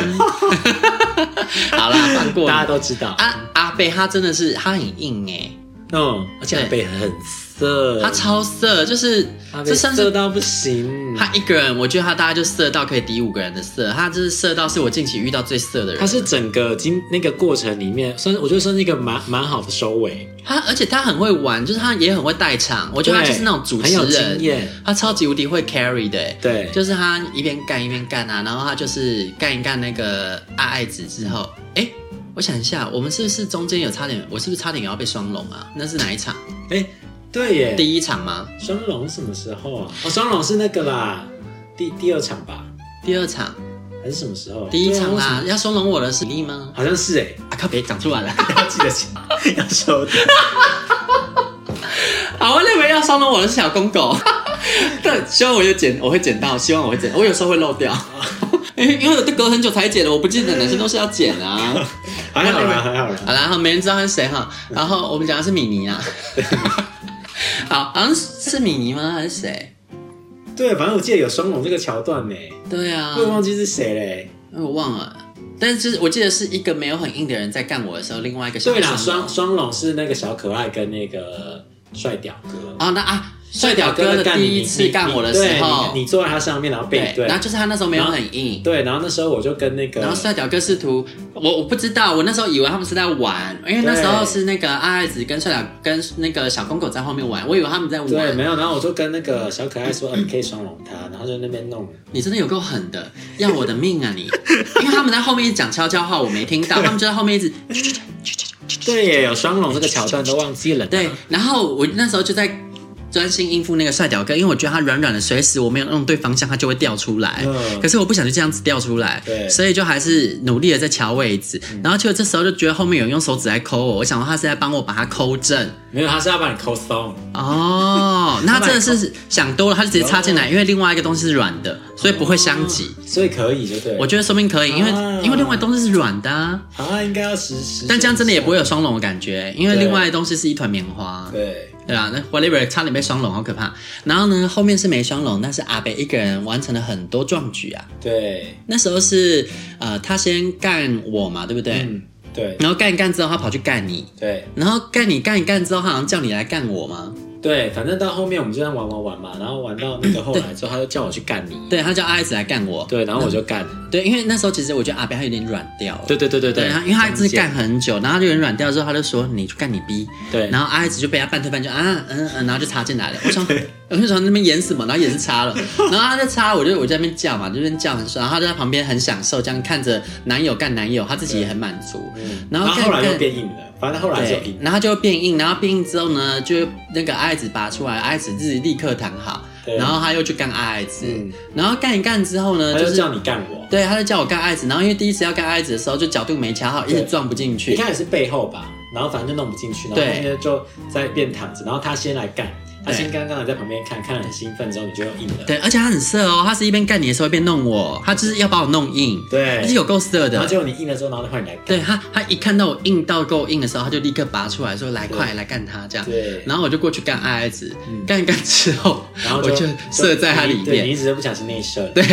Speaker 1: 好啦，放过你
Speaker 2: 大家都知道。
Speaker 1: 啊阿阿贝他真的是他很硬哎、
Speaker 2: 嗯，而且他背很色，
Speaker 1: 他超色，就是
Speaker 2: 他被
Speaker 1: 这算
Speaker 2: 色
Speaker 1: 是
Speaker 2: 到不行。
Speaker 1: 他一个人，我觉得他大概就色到可以抵五个人的色，他就是色到是我近期遇到最色的人。
Speaker 2: 他是整个经那个过程里面，算是我觉得算是一个蛮蛮好的收尾。
Speaker 1: 他，而且他很会玩，就是他也很会带场，我觉得他
Speaker 2: 对
Speaker 1: 就是那种主持
Speaker 2: 很有经
Speaker 1: 人，
Speaker 2: 验，
Speaker 1: 他超级无敌会 carry 的、欸。
Speaker 2: 对，
Speaker 1: 就是他一边干一边干啊，然后他就是干一干那个爱爱子之后，哎、我想一下，我们是不是中间有差点，我是不是差点也要被双龙啊？那是哪一场？
Speaker 2: 哎，对耶，
Speaker 1: 第一场吗？
Speaker 2: 双龙什么时候啊？哦，双龙是那个啦，第第二场吧，
Speaker 1: 第二场？
Speaker 2: 还是什么时候？
Speaker 1: 第一场啦，
Speaker 2: 对啊为什么
Speaker 1: 要双龙我的实力吗？
Speaker 2: 好像是哎，
Speaker 1: 啊靠，别讲出来了。
Speaker 2: 要记得起要收掉。
Speaker 1: 好，我认为要双龙我的是小公 狗，但希望我有剪，我会剪到，希望我会剪，我有时候会漏掉， 因为因为我都隔很久才剪的，我不记得男生都是要剪啊。
Speaker 2: 还 好啦，还好啦。
Speaker 1: 好啦，然后没人知道他是谁哈。
Speaker 2: 嗯
Speaker 1: 然后我们讲的是米妮 啊。好，好像是米妮吗？还是谁？
Speaker 2: 对，反正我记得有双龙这个桥段呢，
Speaker 1: 对啊
Speaker 2: 我，也忘记是谁嘞。
Speaker 1: 我忘了。但是就是我记得是一个没有很硬的人在干我的时候，另外一个小啊
Speaker 2: 对啦，
Speaker 1: 生
Speaker 2: 双双龙是那个小可爱跟那个帅屌哥。
Speaker 1: 啊那啊帅屌哥的
Speaker 2: 干你
Speaker 1: 第一次
Speaker 2: 你
Speaker 1: 干我的
Speaker 2: 你
Speaker 1: 时候
Speaker 2: 对你，你坐在他上面，然后背对
Speaker 1: 然，后就是他那时候没有很硬，
Speaker 2: 对，然后那时候我就跟那个，
Speaker 1: 然后帅屌哥试图，我我不知道，我那时候以为他们是在玩，因为那时候
Speaker 2: 对
Speaker 1: 是那个阿爱子跟帅屌跟那个小公狗在后面玩，我以为他们在
Speaker 2: 对，没
Speaker 1: 玩。
Speaker 2: 有，然后我就跟那个小可爱说，嗯，你可以双龙他，然后就那 边弄，
Speaker 1: 你真的有够狠的，要我的命啊你！ 因为他们在后面一直讲悄悄话，我没听到，他们就在后面一直
Speaker 2: 对耶，有双龙这个桥段都忘记了，
Speaker 1: 对，然后我那时候就在专心应付那个帅屌哥，因为我觉得他软软的，随时我没有用对方向，他就会掉出来。
Speaker 2: 嗯
Speaker 1: 可是我不想就这样子掉出来，
Speaker 2: 对嗯
Speaker 1: 所以就还是努力的在瞧位置。然后结果这时候就觉得后面有人用手指来抠我，我想说他是在帮我把它抠正。
Speaker 2: 没有，他是要把你抠松，
Speaker 1: 哦， 那他真的是想多了，他就直接插进
Speaker 2: 嗯
Speaker 1: 来，因为另外一个东西是软的，所以不会相挤。
Speaker 2: 所以可以就对了，
Speaker 1: 我觉得说明可以，因为、
Speaker 2: 哦啊
Speaker 1: 因为另外东西是软的、啊，
Speaker 2: 啊应该要实时，
Speaker 1: 但这样真的也不会有双龙的感觉，因为
Speaker 2: 对
Speaker 1: 另外的东西是一团棉花。
Speaker 2: 对，
Speaker 1: 对啊，那 whatever 差点被双龙，好可怕。然后呢，后面是没双龙，但是阿北一个人完成了很多壮举啊。
Speaker 2: 对，
Speaker 1: 那时候是呃，他先干我嘛，对不对？
Speaker 2: 嗯，对，
Speaker 1: 然后干一干之后，他跑去干你，
Speaker 2: 对，
Speaker 1: 然后干你干一干之后，他好像叫你来干我嘛。
Speaker 2: 对，反正到后面我们就这样玩玩玩嘛，然后玩到那个后来之后，他就叫我去干你，
Speaker 1: 对，他叫阿 S 来干我。
Speaker 2: 对，然后我就干了，
Speaker 1: 对，因为那时候其实我觉得阿北他有点软掉了。
Speaker 2: 对对对对
Speaker 1: 对，他因为他一直
Speaker 2: 中间
Speaker 1: 干很久，然后他就有点软掉之后，他就说你去干你逼。
Speaker 2: 对，
Speaker 1: 然后阿紫就被他半推半就啊嗯嗯，然后就插进来了。我想，我就从那边演什么，然后也是插了，然后他在插，我就我在那边叫嘛，这边叫很爽，然后他就在旁边很享受，这样看着男友干男友，他自己也很满足。
Speaker 2: 嗯
Speaker 1: 然
Speaker 2: 然
Speaker 1: 后
Speaker 2: 后
Speaker 1: 干
Speaker 2: 后来
Speaker 1: 干
Speaker 2: 又变硬了，反正后来就
Speaker 1: 对
Speaker 2: 硬，，
Speaker 1: 然后就会变硬，然后变硬之后呢，就那个阿紫拔出来，阿紫自己立刻躺好，
Speaker 2: 对
Speaker 1: 然后他又去干阿紫，
Speaker 2: 嗯
Speaker 1: 然后干一干之后呢，
Speaker 2: 他
Speaker 1: 就
Speaker 2: 就是叫你干我，
Speaker 1: 对，他就叫我干爱子，然后因为第一次要干爱子的时候，就角度没卡好，一直
Speaker 2: 对
Speaker 1: 撞不进
Speaker 2: 一
Speaker 1: 去。
Speaker 2: 开始是背后吧，然后反正就弄不进去，然后
Speaker 1: 对
Speaker 2: 后面就在变躺着，然后他先来干，他先干刚才在旁边看，看得很兴奋之后你就硬了，
Speaker 1: 对，而且他很色哦，他是一边干你的时候一边弄我，他就是要把我弄硬。
Speaker 2: 对
Speaker 1: 而且有够色
Speaker 2: 然后
Speaker 1: 的。
Speaker 2: 结果你硬了之后，然后再换你来干，
Speaker 1: 对他，他一看到我硬到够硬的时候，他就立刻拔出来说：“来，
Speaker 2: 对
Speaker 1: 快来干他！”这样。
Speaker 2: 对
Speaker 1: 然后我就过去干爱爱子，
Speaker 2: 嗯
Speaker 1: 干一干之后，
Speaker 2: 然后
Speaker 1: 我就射在他里
Speaker 2: 对你
Speaker 1: 面。
Speaker 2: 一直都不想是内射，
Speaker 1: 对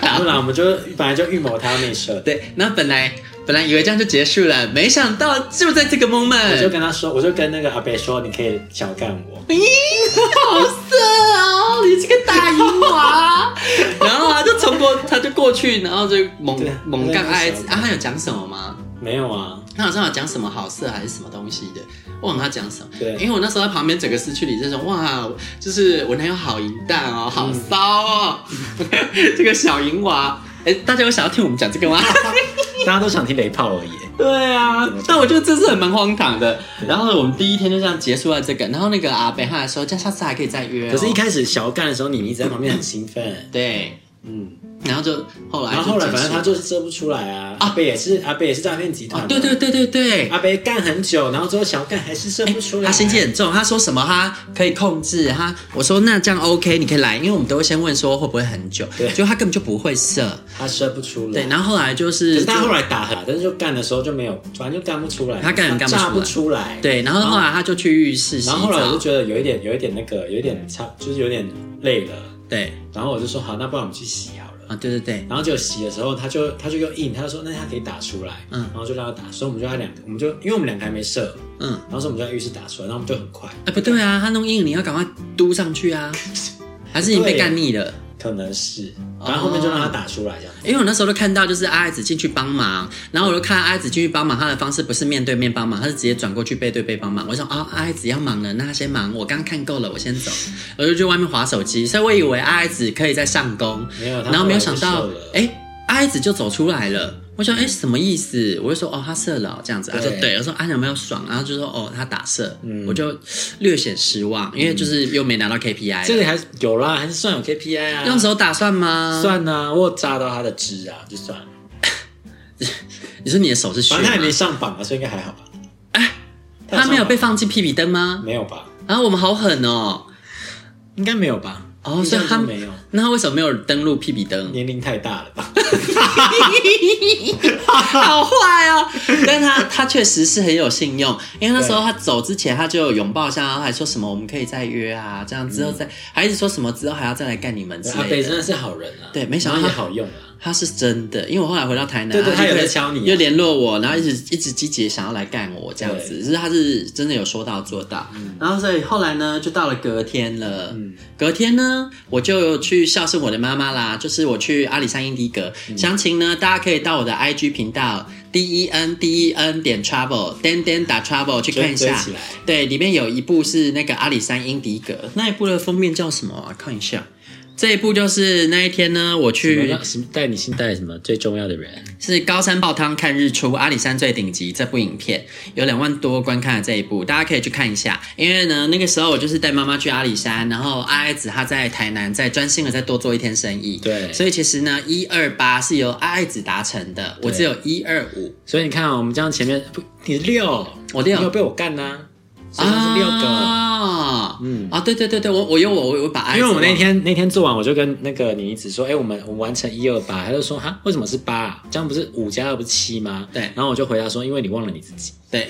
Speaker 1: 啊
Speaker 2: 后来我们就本来就预谋他要内射，
Speaker 1: 对，然后本来本来以为这样就结束了，没想到就在这个
Speaker 2: 我就
Speaker 1: moment，
Speaker 2: 跟他说，我就跟那个阿北说，你可以小干我，
Speaker 1: 好色哦，你这个大淫 娃！然后他就冲过，他就过去，然后就猛
Speaker 2: 对
Speaker 1: 猛干爱子
Speaker 2: 那个
Speaker 1: 啊！他有讲什么吗？
Speaker 2: 没有啊，
Speaker 1: 他好像有讲什么好色还是什么东西的，忘了他讲什么。
Speaker 2: 对
Speaker 1: 因为我那时候在旁边整个失去理智，说哇，就是我男友好淫荡哦，好骚哦，
Speaker 2: 嗯
Speaker 1: 这个小淫娃。哎、大家有想要听我们讲这 个吗？
Speaker 2: 大家都想听雷炮而已，
Speaker 1: 对啊，但我觉得这是很蛮荒唐的。然后呢，我们第一天就这样结束了这个，然后那个阿北他还说，这样下次还可以再约、哦。
Speaker 2: 可是一开始小干的时候，你一直在旁边很兴奋，
Speaker 1: 对，
Speaker 2: 嗯，
Speaker 1: 然后就后来就
Speaker 2: 然后后来反
Speaker 1: 结
Speaker 2: 正
Speaker 1: 束
Speaker 2: 他就是射不出来啊，
Speaker 1: 啊
Speaker 2: 阿北也是阿北也是诈骗集团
Speaker 1: 啊
Speaker 2: 的，
Speaker 1: 对对对对对，
Speaker 2: 阿北干很久，然后之后小干还是射不出来。
Speaker 1: 哎他心机很重，他说什么他可以控制他，我说那这样 OK，你可以来，因为我们都会先问说会不会很久，
Speaker 2: 对
Speaker 1: 就他根本就不会射，
Speaker 2: 他射不出来。
Speaker 1: 对，然后后来就
Speaker 2: 可
Speaker 1: 是
Speaker 2: 是他
Speaker 1: 就
Speaker 2: 后来打了，但是就干的时候就没有，反正就干不出来。
Speaker 1: 他干也干不出来
Speaker 2: 炸不出来。。
Speaker 1: 对，然后后来他就去浴室洗
Speaker 2: 然后后来我就
Speaker 1: 澡，
Speaker 2: 觉得有一点，有一点那个，有一点差，就是有点累了。
Speaker 1: 对
Speaker 2: 然后我就说好，那不然我们去洗好了。
Speaker 1: 啊，对对对，
Speaker 2: 然后就洗的时候，他就他就又硬，他就说那他可以打出来，
Speaker 1: 嗯
Speaker 2: 然后就让他打，所以我们就要两个，我们就因为我们两个还没射，
Speaker 1: 嗯，
Speaker 2: 然后所以我们就在浴室打出来，然后我们就很快，
Speaker 1: 哎、不对啊，他弄硬，你要赶快嘟上去啊，还是你被
Speaker 2: 对
Speaker 1: 干腻了？
Speaker 2: 可能是，
Speaker 1: 哦
Speaker 2: 然后后面就让他打出来这样子。
Speaker 1: 因为我那时候都看到，就是阿爱子进去帮忙，然后我就看阿爱子进去帮忙，他的方式不是面对面帮忙，他是直接转过去背对背帮忙。我想啊，阿爱子要忙了，那他先忙，我刚看够了，我先走，我就去外面划手机。所以我以为阿爱子可以在上工，
Speaker 2: 没有，他
Speaker 1: 然后没有
Speaker 2: 后
Speaker 1: 想
Speaker 2: 来就
Speaker 1: 到
Speaker 2: 瘦了，
Speaker 1: 哎、阿爱子就走出来了。我想，哎、什么意思？我就说，哦，他射了哦、这样子。他说，
Speaker 2: 对
Speaker 1: 对。我说，啊，有没有爽？然后就说，哦，他打射。
Speaker 2: 嗯
Speaker 1: 我就略显失望，因为就是又没拿到 KPI 了。
Speaker 2: 这里还是有啦，还是算有 KPI 啊，
Speaker 1: 用手打算吗？。
Speaker 2: 算啊，我有扎到他的枝啊，就算了，
Speaker 1: 你说你的手是血
Speaker 2: 反正他
Speaker 1: 吗
Speaker 2: 还？没上榜啊，所以应该还好吧。哎
Speaker 1: 他没有被放进屁屁灯吗？
Speaker 2: 没有吧？
Speaker 1: 啊，我们好狠哦！
Speaker 2: 应该没有吧？
Speaker 1: 哦
Speaker 2: 印
Speaker 1: 所
Speaker 2: 象
Speaker 1: 以他
Speaker 2: 中没有，
Speaker 1: 那他为什么没有登录屁屁 灯？
Speaker 2: 年龄太大了吧？
Speaker 1: 好坏哦！但他他确实是很有信用，因为那时候他走之前他就有拥抱一下，然后还说什么我们可以再约啊，这样之后
Speaker 2: 嗯
Speaker 1: 再，还一直说什么之后还要再来干你们之
Speaker 2: 阿
Speaker 1: 类
Speaker 2: 北真
Speaker 1: 的。
Speaker 2: 的是好人啊，
Speaker 1: 对没想到
Speaker 2: 然
Speaker 1: 他
Speaker 2: 后也好用啊，
Speaker 1: 他是真的，因为我后来回到台南，
Speaker 2: 对对
Speaker 1: 就
Speaker 2: 他有在
Speaker 1: 开始
Speaker 2: 敲你啊
Speaker 1: 又联络我，然后一直一直积极地想要来干我这样子，就是他是真的有说到做到。然后所以后来呢，就到了隔天了，
Speaker 2: 嗯，
Speaker 1: 隔天呢，我就去孝顺我的妈妈啦，就是我去阿里山印第格。
Speaker 2: 嗯
Speaker 1: 详情呢，大家可以到我的 IG 频道 D E N D E N 点 travel 点点打 travel 去看
Speaker 2: 追
Speaker 1: 一
Speaker 2: 追
Speaker 1: 下。
Speaker 2: 起来，
Speaker 1: 对，里面有一部是那个阿里山英迪格，那一部的封面叫什么啊？看一下，这一部就是那一天呢，我
Speaker 2: 什
Speaker 1: 去
Speaker 2: 么什么带你心带什么最重要的人？
Speaker 1: 是高山爆汤看日出，阿里山最顶级这部影片有两万多观看的这一部，大家可以去看一下。因为呢，那个时候我就是带妈妈去阿里山，然后阿爱子她在台南再专心的再多做一天生意，
Speaker 2: 对
Speaker 1: 所以其实呢，一二八是由阿爱子达成的，我
Speaker 2: 对
Speaker 1: 只有一二五，
Speaker 2: 所以你看啊，我们这样前面不，你六，
Speaker 1: 我六
Speaker 2: 你有被我干呐、所以他是六个。
Speaker 1: 啊，嗯
Speaker 2: 嗯
Speaker 1: 啊，对对对对，我我有我我我把爱
Speaker 2: 因为我们那
Speaker 1: 天
Speaker 2: 天那天做完，我就跟那个妮子说，哎、我们我们完成一二八，他就说哈，为什么是八、啊？这样不是五加二不是七吗？
Speaker 1: 对
Speaker 2: 然后我就回答说，因为你忘了你自己，
Speaker 1: 对，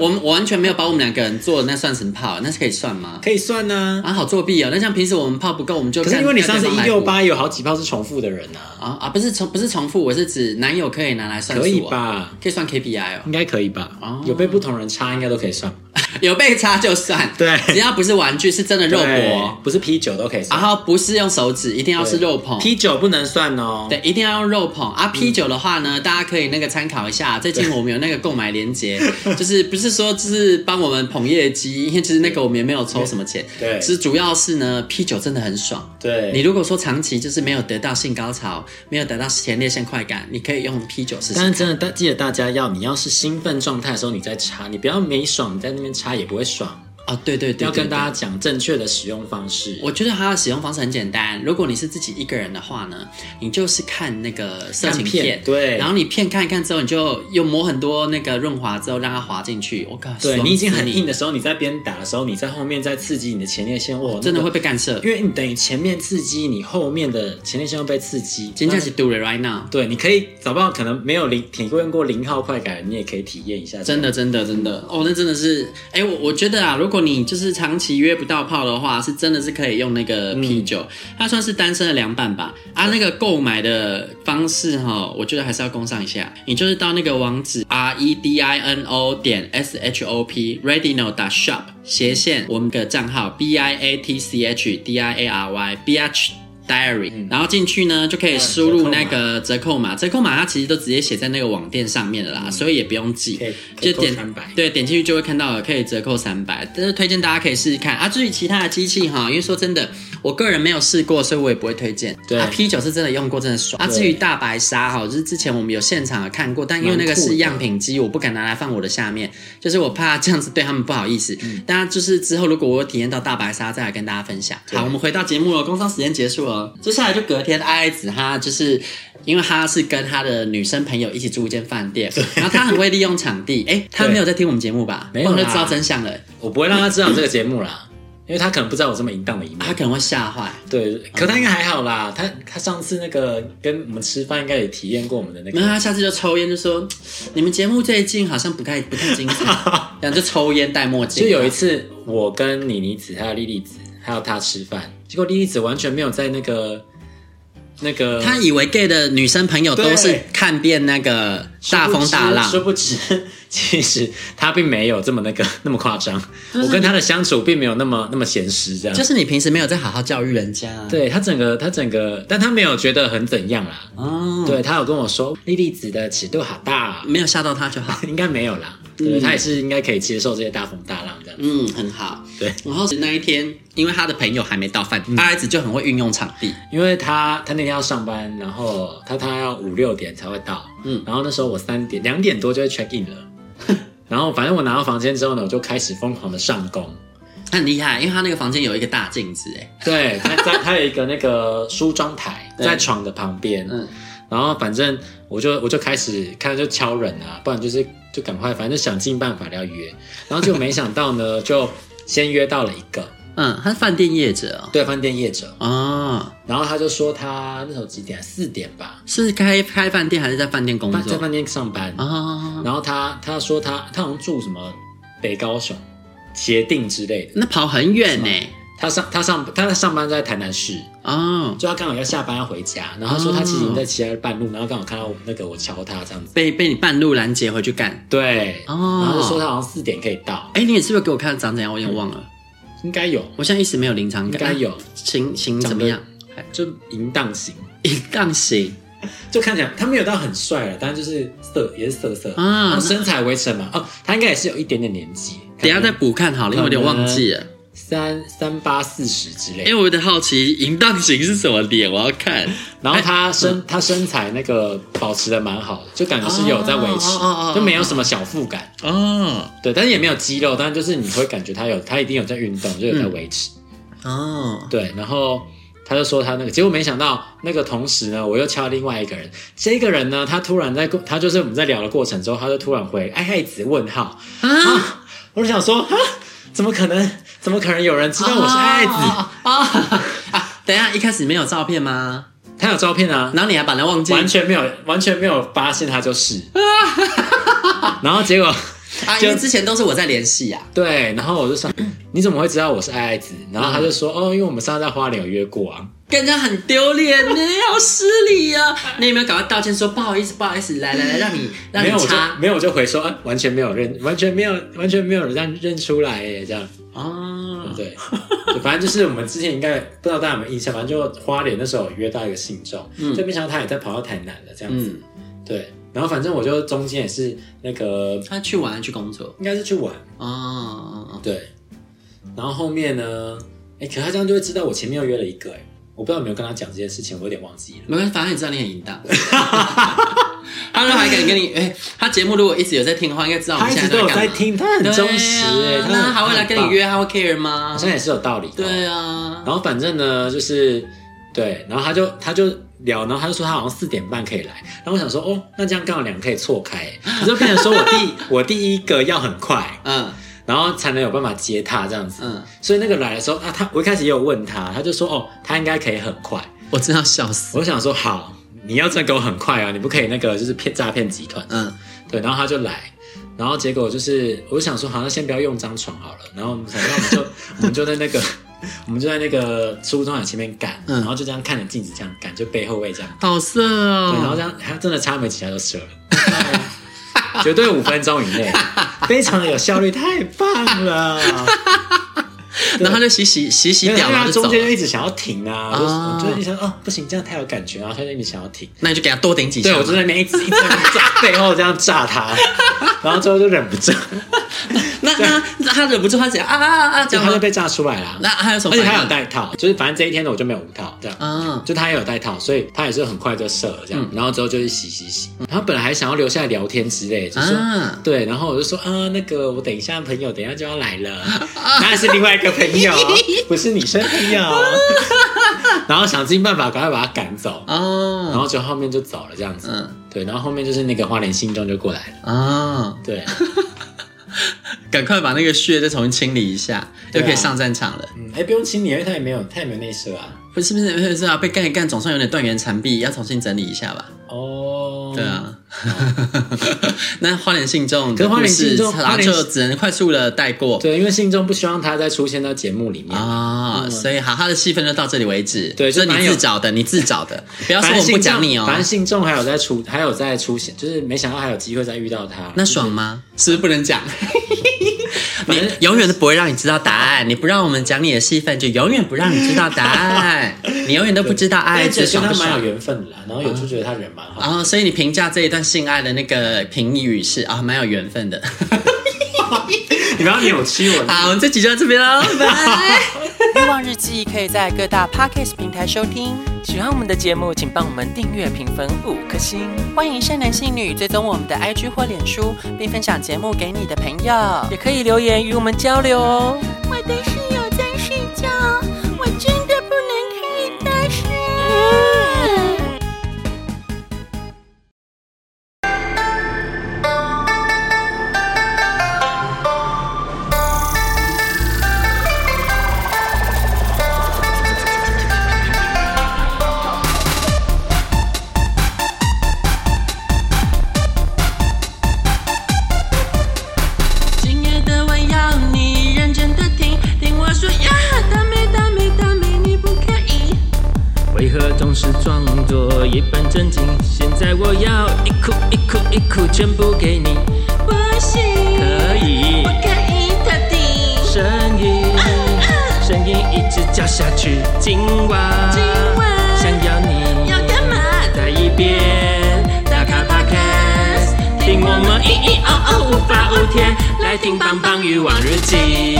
Speaker 1: 我们我完全没有把我们两个人做的那算成泡，那是可以算吗？
Speaker 2: 可以算呢、
Speaker 1: 啊，好作弊哦！那像平时我们泡不够，我们就
Speaker 2: 可是
Speaker 1: 干
Speaker 2: 因为你
Speaker 1: 干
Speaker 2: 上次
Speaker 1: 对
Speaker 2: 一
Speaker 1: 方来
Speaker 2: 六
Speaker 1: 补
Speaker 2: 八有好几炮是重复的人啊，
Speaker 1: 啊啊，不是重不是重复，我是指男友可以拿来算数、哦，
Speaker 2: 可以？吧？
Speaker 1: 可以算 KPI 哦，
Speaker 2: 应该可以吧？
Speaker 1: 哦
Speaker 2: 有被不同人插，应该都可以算吧。
Speaker 1: 有被插就算，
Speaker 2: 对
Speaker 1: 只要不是玩具，是真的肉
Speaker 2: 对
Speaker 1: 搏，
Speaker 2: 不是 P 九都可以
Speaker 1: 然
Speaker 2: 算。
Speaker 1: 后不是用手指，一
Speaker 2: 啊
Speaker 1: 定要是肉捧。
Speaker 2: P 九不能算哦。
Speaker 1: 对，一定要用肉捧啊！P
Speaker 2: 嗯
Speaker 1: 九的话呢，大家可以那个参考一下。最近我们有那个购买链接，就是不是说就是帮我们捧业绩，因为其实那个我们也没有抽什么钱，
Speaker 2: 对
Speaker 1: 是主要是呢 P 九真的很爽。
Speaker 2: 对，
Speaker 1: 你如果说长期就是没有得到性高潮，没有得到前列腺快感，你可以用 P 九试试
Speaker 2: 但是
Speaker 1: 看。
Speaker 2: 真的，大记得大家要，你要是兴奋状态的时候，你再插，你不要没爽，你在那边插也不会爽。
Speaker 1: 哦，对对对
Speaker 2: 要跟
Speaker 1: 对
Speaker 2: 大家讲正确的使用方式。
Speaker 1: 我觉得它的使用方式很简单。如果你是自己一个人的话呢，你就是看那个色情
Speaker 2: 看片对
Speaker 1: 然后你片看一看之后，你就又抹很多那个润滑之后让它滑进去。我靠，
Speaker 2: 对
Speaker 1: 爽
Speaker 2: 你已经
Speaker 1: 死
Speaker 2: 很
Speaker 1: 你
Speaker 2: 硬的时候，你在边打的时候，你在后面再刺哦激你的前列腺，哇，
Speaker 1: 真的会
Speaker 2: 那个，
Speaker 1: 被干涉。
Speaker 2: 因为你等于前面刺激，你后面的前列腺会被刺激。
Speaker 1: 今天
Speaker 2: 那
Speaker 1: 是 do it right now，
Speaker 2: 对，你可以找不到可能没有零体验过零号快感，你也可以体验一下。
Speaker 1: 真的真的真的哦，那真的是，哎、我我觉得啊，如果你就是长期约不到炮的话，是真的是可以用那个
Speaker 2: 嗯
Speaker 1: 啤酒，它算是单身的凉拌吧。啊，那个购买的方式哈，我觉得还是要供上一下，你就是到那个网址 r e d i n o 点 s h o p redino 打 shop 斜线我们的账号 b i a t c h d i a r y b h。diary，、然后进去呢就可以
Speaker 2: 嗯
Speaker 1: 输入
Speaker 2: 折扣码
Speaker 1: 那个折扣码，折扣码它其实都直接写在那个网店上面了
Speaker 2: 嗯
Speaker 1: 啦，所以也不用记。
Speaker 2: 可以
Speaker 1: 就
Speaker 2: 可以
Speaker 1: 点
Speaker 2: 扣300
Speaker 1: 对，点进去就会看到了，可以折扣三百，但是推荐大家可以试试看啊。至于其他的机器哈，因为说真的，我个人没有试过，所以我也不会推荐。
Speaker 2: 对
Speaker 1: 啊，P 九是真的用过，真的爽啊。
Speaker 2: 对
Speaker 1: 至于大白鲨哈，就是之前我们有现场有看过，但因为那个
Speaker 2: 蛮酷
Speaker 1: 是
Speaker 2: 的
Speaker 1: 样品机，我不敢拿来放我的下面，就是我怕这样子对他们不好意思。
Speaker 2: 嗯
Speaker 1: 大家就是之后如果我有体验到大白鲨，再来跟大家分享。
Speaker 2: 对
Speaker 1: 好，我们回到节目了，工商时间结束了，接下来就隔天爱爱子她就是。因为他是跟他的女生朋友一起住一间饭店，然后他很会利用场地。哎、他
Speaker 2: 对
Speaker 1: 没有在听我们节目吧？
Speaker 2: 没有
Speaker 1: 我
Speaker 2: 啦
Speaker 1: 就知道真相了。
Speaker 2: 我不会让他知道这个节目啦，因为他可能不知道我这么淫荡的一面
Speaker 1: 他。可能会吓坏。
Speaker 2: 对，可他应该还好啦。他他上次那个跟我们吃饭，应该也体验过我们的那
Speaker 1: 然后
Speaker 2: 个。
Speaker 1: 他下次就抽烟，就说：“你们节目最近好像不太不太精 彩。”然后就抽烟戴墨镜。
Speaker 2: 就有一次，我跟妮妮子还有莉莉子还有他吃饭，结果莉莉子完全没有在那个那个
Speaker 1: 他以为 gay 的女生朋友都是
Speaker 2: 对
Speaker 1: 看遍那个大风大浪，
Speaker 2: 殊不知，殊不知其实他并没有这么那个那么夸张。我跟他的相处并没有那么那么闲时这样。
Speaker 1: 就是你平时没有在好好教育人家、啊。，
Speaker 2: 对他整个他整个，但他没有觉得很怎样啦。
Speaker 1: 哦，
Speaker 2: 对他有跟我说，莉莉子的尺度好大、哦，
Speaker 1: 没有吓到他就 好。
Speaker 2: 应该没有啦。对，他也是应该可以接受这些大风大浪这样。
Speaker 1: 嗯，很好。
Speaker 2: 对，
Speaker 1: 然后那一天，因为他的朋友还没到饭，阿爱子就很会运用场地。
Speaker 2: 因为他他那天要上班，然后他他要五六点才会到，嗯，然后那时候我三点两点多就会 check in 了， 然后反正我拿到房间之后呢，我就开始疯狂的上工。
Speaker 1: 他很厉害，因为他那个房间有一个大镜子，哎，
Speaker 2: 对，他在他有一个那个梳妆台
Speaker 1: 对
Speaker 2: 在床的旁边，
Speaker 1: 嗯
Speaker 2: 然后反正我就我就开始看就敲人啊，不然就是就赶快，反正就想尽办法要约，然后就没想到呢，就先约到了一个
Speaker 1: 嗯，他是饭店业者哦。
Speaker 2: 对饭店业者，
Speaker 1: 哦，
Speaker 2: 然后他就说他那时候几点啊，四点吧，
Speaker 1: 是开开饭店还是在饭店工
Speaker 2: 饭在
Speaker 1: 作？
Speaker 2: 饭店上班，
Speaker 1: 哦，
Speaker 2: 然后他他说他他好像住什么北高雄协定之类的，
Speaker 1: 那跑很远呢。
Speaker 2: 他上他上他上班在台南市，
Speaker 1: 哦，
Speaker 2: 就他刚好要下班要回家，然后他说他其实已经在骑在半路，然后刚好看到那个我敲他这样子，
Speaker 1: 被被你半路拦截回去干。
Speaker 2: 对，
Speaker 1: 哦
Speaker 2: 然后就说他好像四点可以到，
Speaker 1: 哎，你也是不是给我看长怎样？我有点忘了，
Speaker 2: 应该有，
Speaker 1: 我现在一时没有临场
Speaker 2: 嗯应
Speaker 1: 感。
Speaker 2: 该有
Speaker 1: 啊行行怎么样？
Speaker 2: 就淫荡型，
Speaker 1: 一杠行，
Speaker 2: 就看起来他没有到很帅了，但就是色也是色色，
Speaker 1: 啊
Speaker 2: 然后身材维持嘛，哦，他应该也是有一点点年纪，
Speaker 1: 等一下再补看好了，因为我有点忘记了。
Speaker 2: 三三八四十之类
Speaker 1: 因为，我有点好奇淫荡型是什么脸，我要看。
Speaker 2: 然后他
Speaker 1: 哎嗯
Speaker 2: 身他身材那个保持的蛮好的，就感觉是有在维持
Speaker 1: 哦哦哦哦哦，
Speaker 2: 就没有什么小腹感，
Speaker 1: 哦
Speaker 2: 对，但是也没有肌肉，但是就是你会感觉他有他一定有在运动，就有在
Speaker 1: 嗯
Speaker 2: 维持。
Speaker 1: 哦，
Speaker 2: 对，然后他就说他那个，结果没想到那个同时呢，我又敲另外一个人，这个人呢，他突然在过，他就是我们在聊的过程中，他就突然回爱爱子问号
Speaker 1: 啊，
Speaker 2: 啊，我就想说啊，怎么可能？怎么可能有人知道我是爱爱子？
Speaker 1: 啊啊啊！等一下，一开始没有照片吗？
Speaker 2: 他有照片啊，
Speaker 1: 然后你还把人忘记？
Speaker 2: 完全没有，完全没有发现他就是。然后结果
Speaker 1: 啊，因为之前都是我在联系啊。
Speaker 2: 对，然后我就想，你怎么会知道我是爱爱子？然后他就说，哦，因为我们上次在花莲有约过啊。
Speaker 1: 跟人家很丢脸呢，好失礼啊！ 你有没有赶快道歉说不好意思，不好意思，来来来，让你让
Speaker 2: 没有，
Speaker 1: 你
Speaker 2: 我就
Speaker 1: 擦
Speaker 2: 没有，我就回说，啊，完全没有认，完全没有，完全没有让认出来耶，这样，
Speaker 1: 哦，
Speaker 2: 对， 就反正就是我们之前应该不知道大家有没有印象，反正就花莲那时候有约到一个信众，就没想到他也在跑到台南了，这样子，
Speaker 1: 嗯，
Speaker 2: 对，然后反正我就中间也是那个
Speaker 1: 他去玩去工作
Speaker 2: 应该是去玩，
Speaker 1: 哦哦，哦
Speaker 2: 对，然后后面呢，哎，可他这样就会知道我前面又约了一个，哎，我不知道有没有跟他讲这件事情，我有点忘记了。
Speaker 1: 没关系，反正你知道你很淫荡。 他如果还敢跟你，哎、他节目如果一直有在听的话，应该知道我
Speaker 2: 他
Speaker 1: 们
Speaker 2: 一
Speaker 1: 现
Speaker 2: 直
Speaker 1: 在
Speaker 2: 都有
Speaker 1: 在干
Speaker 2: 在
Speaker 1: 嘛。
Speaker 2: 听，他很
Speaker 1: 对
Speaker 2: 忠实哎，
Speaker 1: 啊，
Speaker 2: 他
Speaker 1: 那
Speaker 2: 很
Speaker 1: 还会来跟你，约，他会 care
Speaker 2: 他很棒
Speaker 1: 吗
Speaker 2: 好？像也是有道理的。哦
Speaker 1: 对啊，
Speaker 2: 然后反正呢，就是对，然后他就他就聊，然后他就说他好像四点半可以来，然后我想说哦，那这样刚好两个可以错开，我就变成说我第我第一个要很快，
Speaker 1: 嗯
Speaker 2: 然后才能有办法接他这样子。
Speaker 1: 嗯，
Speaker 2: 所以那个来的时候啊，他我一开始也有问他，他就说哦，他应该可以很快。
Speaker 1: 我真的要笑死。
Speaker 2: 我想说好，你要真的给我很快啊，你不可以那个就是骗诈骗集团。
Speaker 1: 嗯，
Speaker 2: 对，然后他就来，然后结果就是，我就想说，好，那先不要用张床好了，然后我们想到我 们就我们就在那个我们就在那个出装厂前面赶，
Speaker 1: 嗯
Speaker 2: 然后就这样看着镜子这样赶，就背后位这样，
Speaker 1: 好色
Speaker 2: 对，然
Speaker 1: 哦
Speaker 2: 后。这样他真的插没几下就 射了。绝对五分钟以内，非常有效率，太棒 了！
Speaker 1: 然后他就洗洗洗洗
Speaker 2: 因为
Speaker 1: 掉，然
Speaker 2: 他
Speaker 1: 后就
Speaker 2: 中
Speaker 1: 走
Speaker 2: 间
Speaker 1: 了。
Speaker 2: 就一直想要停啊，
Speaker 1: 啊
Speaker 2: 我就我就一直想，哦，不行，这样太有感觉，然后他就一直想要停。
Speaker 1: 那你就给他多顶几下
Speaker 2: 对，
Speaker 1: 嘛。
Speaker 2: 我就在那边一直一直在那边 炸背后这样炸他，然后最后就忍不住，
Speaker 1: 那那那他忍不住，他讲啊啊啊，
Speaker 2: 就
Speaker 1: 讲
Speaker 2: 他就
Speaker 1: 话。
Speaker 2: 被炸出来了。
Speaker 1: 那还有什
Speaker 2: 而
Speaker 1: 么
Speaker 2: 且
Speaker 1: 反应？
Speaker 2: 他有戴套，就是反正这一天的我就没有无套，这样，
Speaker 1: 啊，
Speaker 2: 就他也有戴套，所以他也是很快就射了这
Speaker 1: 嗯
Speaker 2: 样，然后之后就是洗洗洗，然后本来还想要留下来聊天之类，就说。
Speaker 1: 啊
Speaker 2: 对，然后我就说啊，那个我等一下朋友等一下就要来 了，那是另外一个朋友，不是女生朋友， 然后想尽办法赶快把他赶走，然
Speaker 1: 哦，
Speaker 2: 后就后面就走了这样子，
Speaker 1: 嗯
Speaker 2: 对，然后后面就是那个花莲信众就过来了，
Speaker 1: 啊，
Speaker 2: 对，
Speaker 1: 赶快把那个血再重新清理一下，
Speaker 2: 对
Speaker 1: 又
Speaker 2: 啊
Speaker 1: 可以上战场了。
Speaker 2: 嗯，哎，不用清理，因为他也没有他也没有内射啊，
Speaker 1: 不是不是不是不是啊，被干一干总算有点断垣残壁，要重新整理一下吧。
Speaker 2: 哦，
Speaker 1: 对，啊， 那花莲信众的
Speaker 2: 可是哦花
Speaker 1: 故
Speaker 2: 莲
Speaker 1: 事，
Speaker 2: 信众
Speaker 1: 然
Speaker 2: 花
Speaker 1: 后
Speaker 2: 莲
Speaker 1: 就只能快速的带过
Speaker 2: 对，因为信中不希望他再出现到节目里面。
Speaker 1: 啊、所以好，他的戏份就到这里为止。
Speaker 2: 嗯对
Speaker 1: 这
Speaker 2: 就是蛮
Speaker 1: 你
Speaker 2: 有
Speaker 1: 自找的，你自找的，不要
Speaker 2: 反
Speaker 1: 说我
Speaker 2: 正
Speaker 1: 不
Speaker 2: 信众
Speaker 1: 讲你哦
Speaker 2: 反。正信众还有在出，还有在出现，就是没想到还有机会再遇到他。
Speaker 1: 那爽吗？是不是不能讲？
Speaker 2: 反
Speaker 1: 你
Speaker 2: 正
Speaker 1: 永远都不会让你知道答案，你不让我们讲你的戏份，就永远不让你知道答案，你永远都不知道 爱
Speaker 2: 但
Speaker 1: 是
Speaker 2: 是觉
Speaker 1: 爽
Speaker 2: 得
Speaker 1: 哎不啊
Speaker 2: 他蛮
Speaker 1: 爽
Speaker 2: 有。缘分的啦，然后有就觉得他人蛮 好。
Speaker 1: 然后，哦所以你评价这一段性爱的那个评语是啊，蛮有缘分的。
Speaker 2: 你不要扭曲我。
Speaker 1: 好，我们这集就到这边喽，拜拜。
Speaker 3: 欲望日记可以在各大 podcast 平台收听。喜欢我们的节目，请帮我们订阅、评分五颗星。欢迎善男信女追踪我们的 IG 或脸书，并分享节目给你的朋友，也可以留言与我们交流哦。
Speaker 4: 我的室友在睡觉，我真的不能开大声。今夜的我要你认真的听，听我说呀，大美大美大美，你不可以。
Speaker 5: 为何总是装作一本正经？现在我要一哭一哭一哭全部给你，
Speaker 4: 不行，
Speaker 5: 可以
Speaker 4: 不可以特地。
Speaker 5: 声音，声音一直叫下去，今晚，
Speaker 4: 今晚
Speaker 5: 想要你，
Speaker 4: 要干嘛？
Speaker 5: 再一遍，打开 Podcast，听我们咿咿哦哦无法无天，来听棒棒鱼网日记。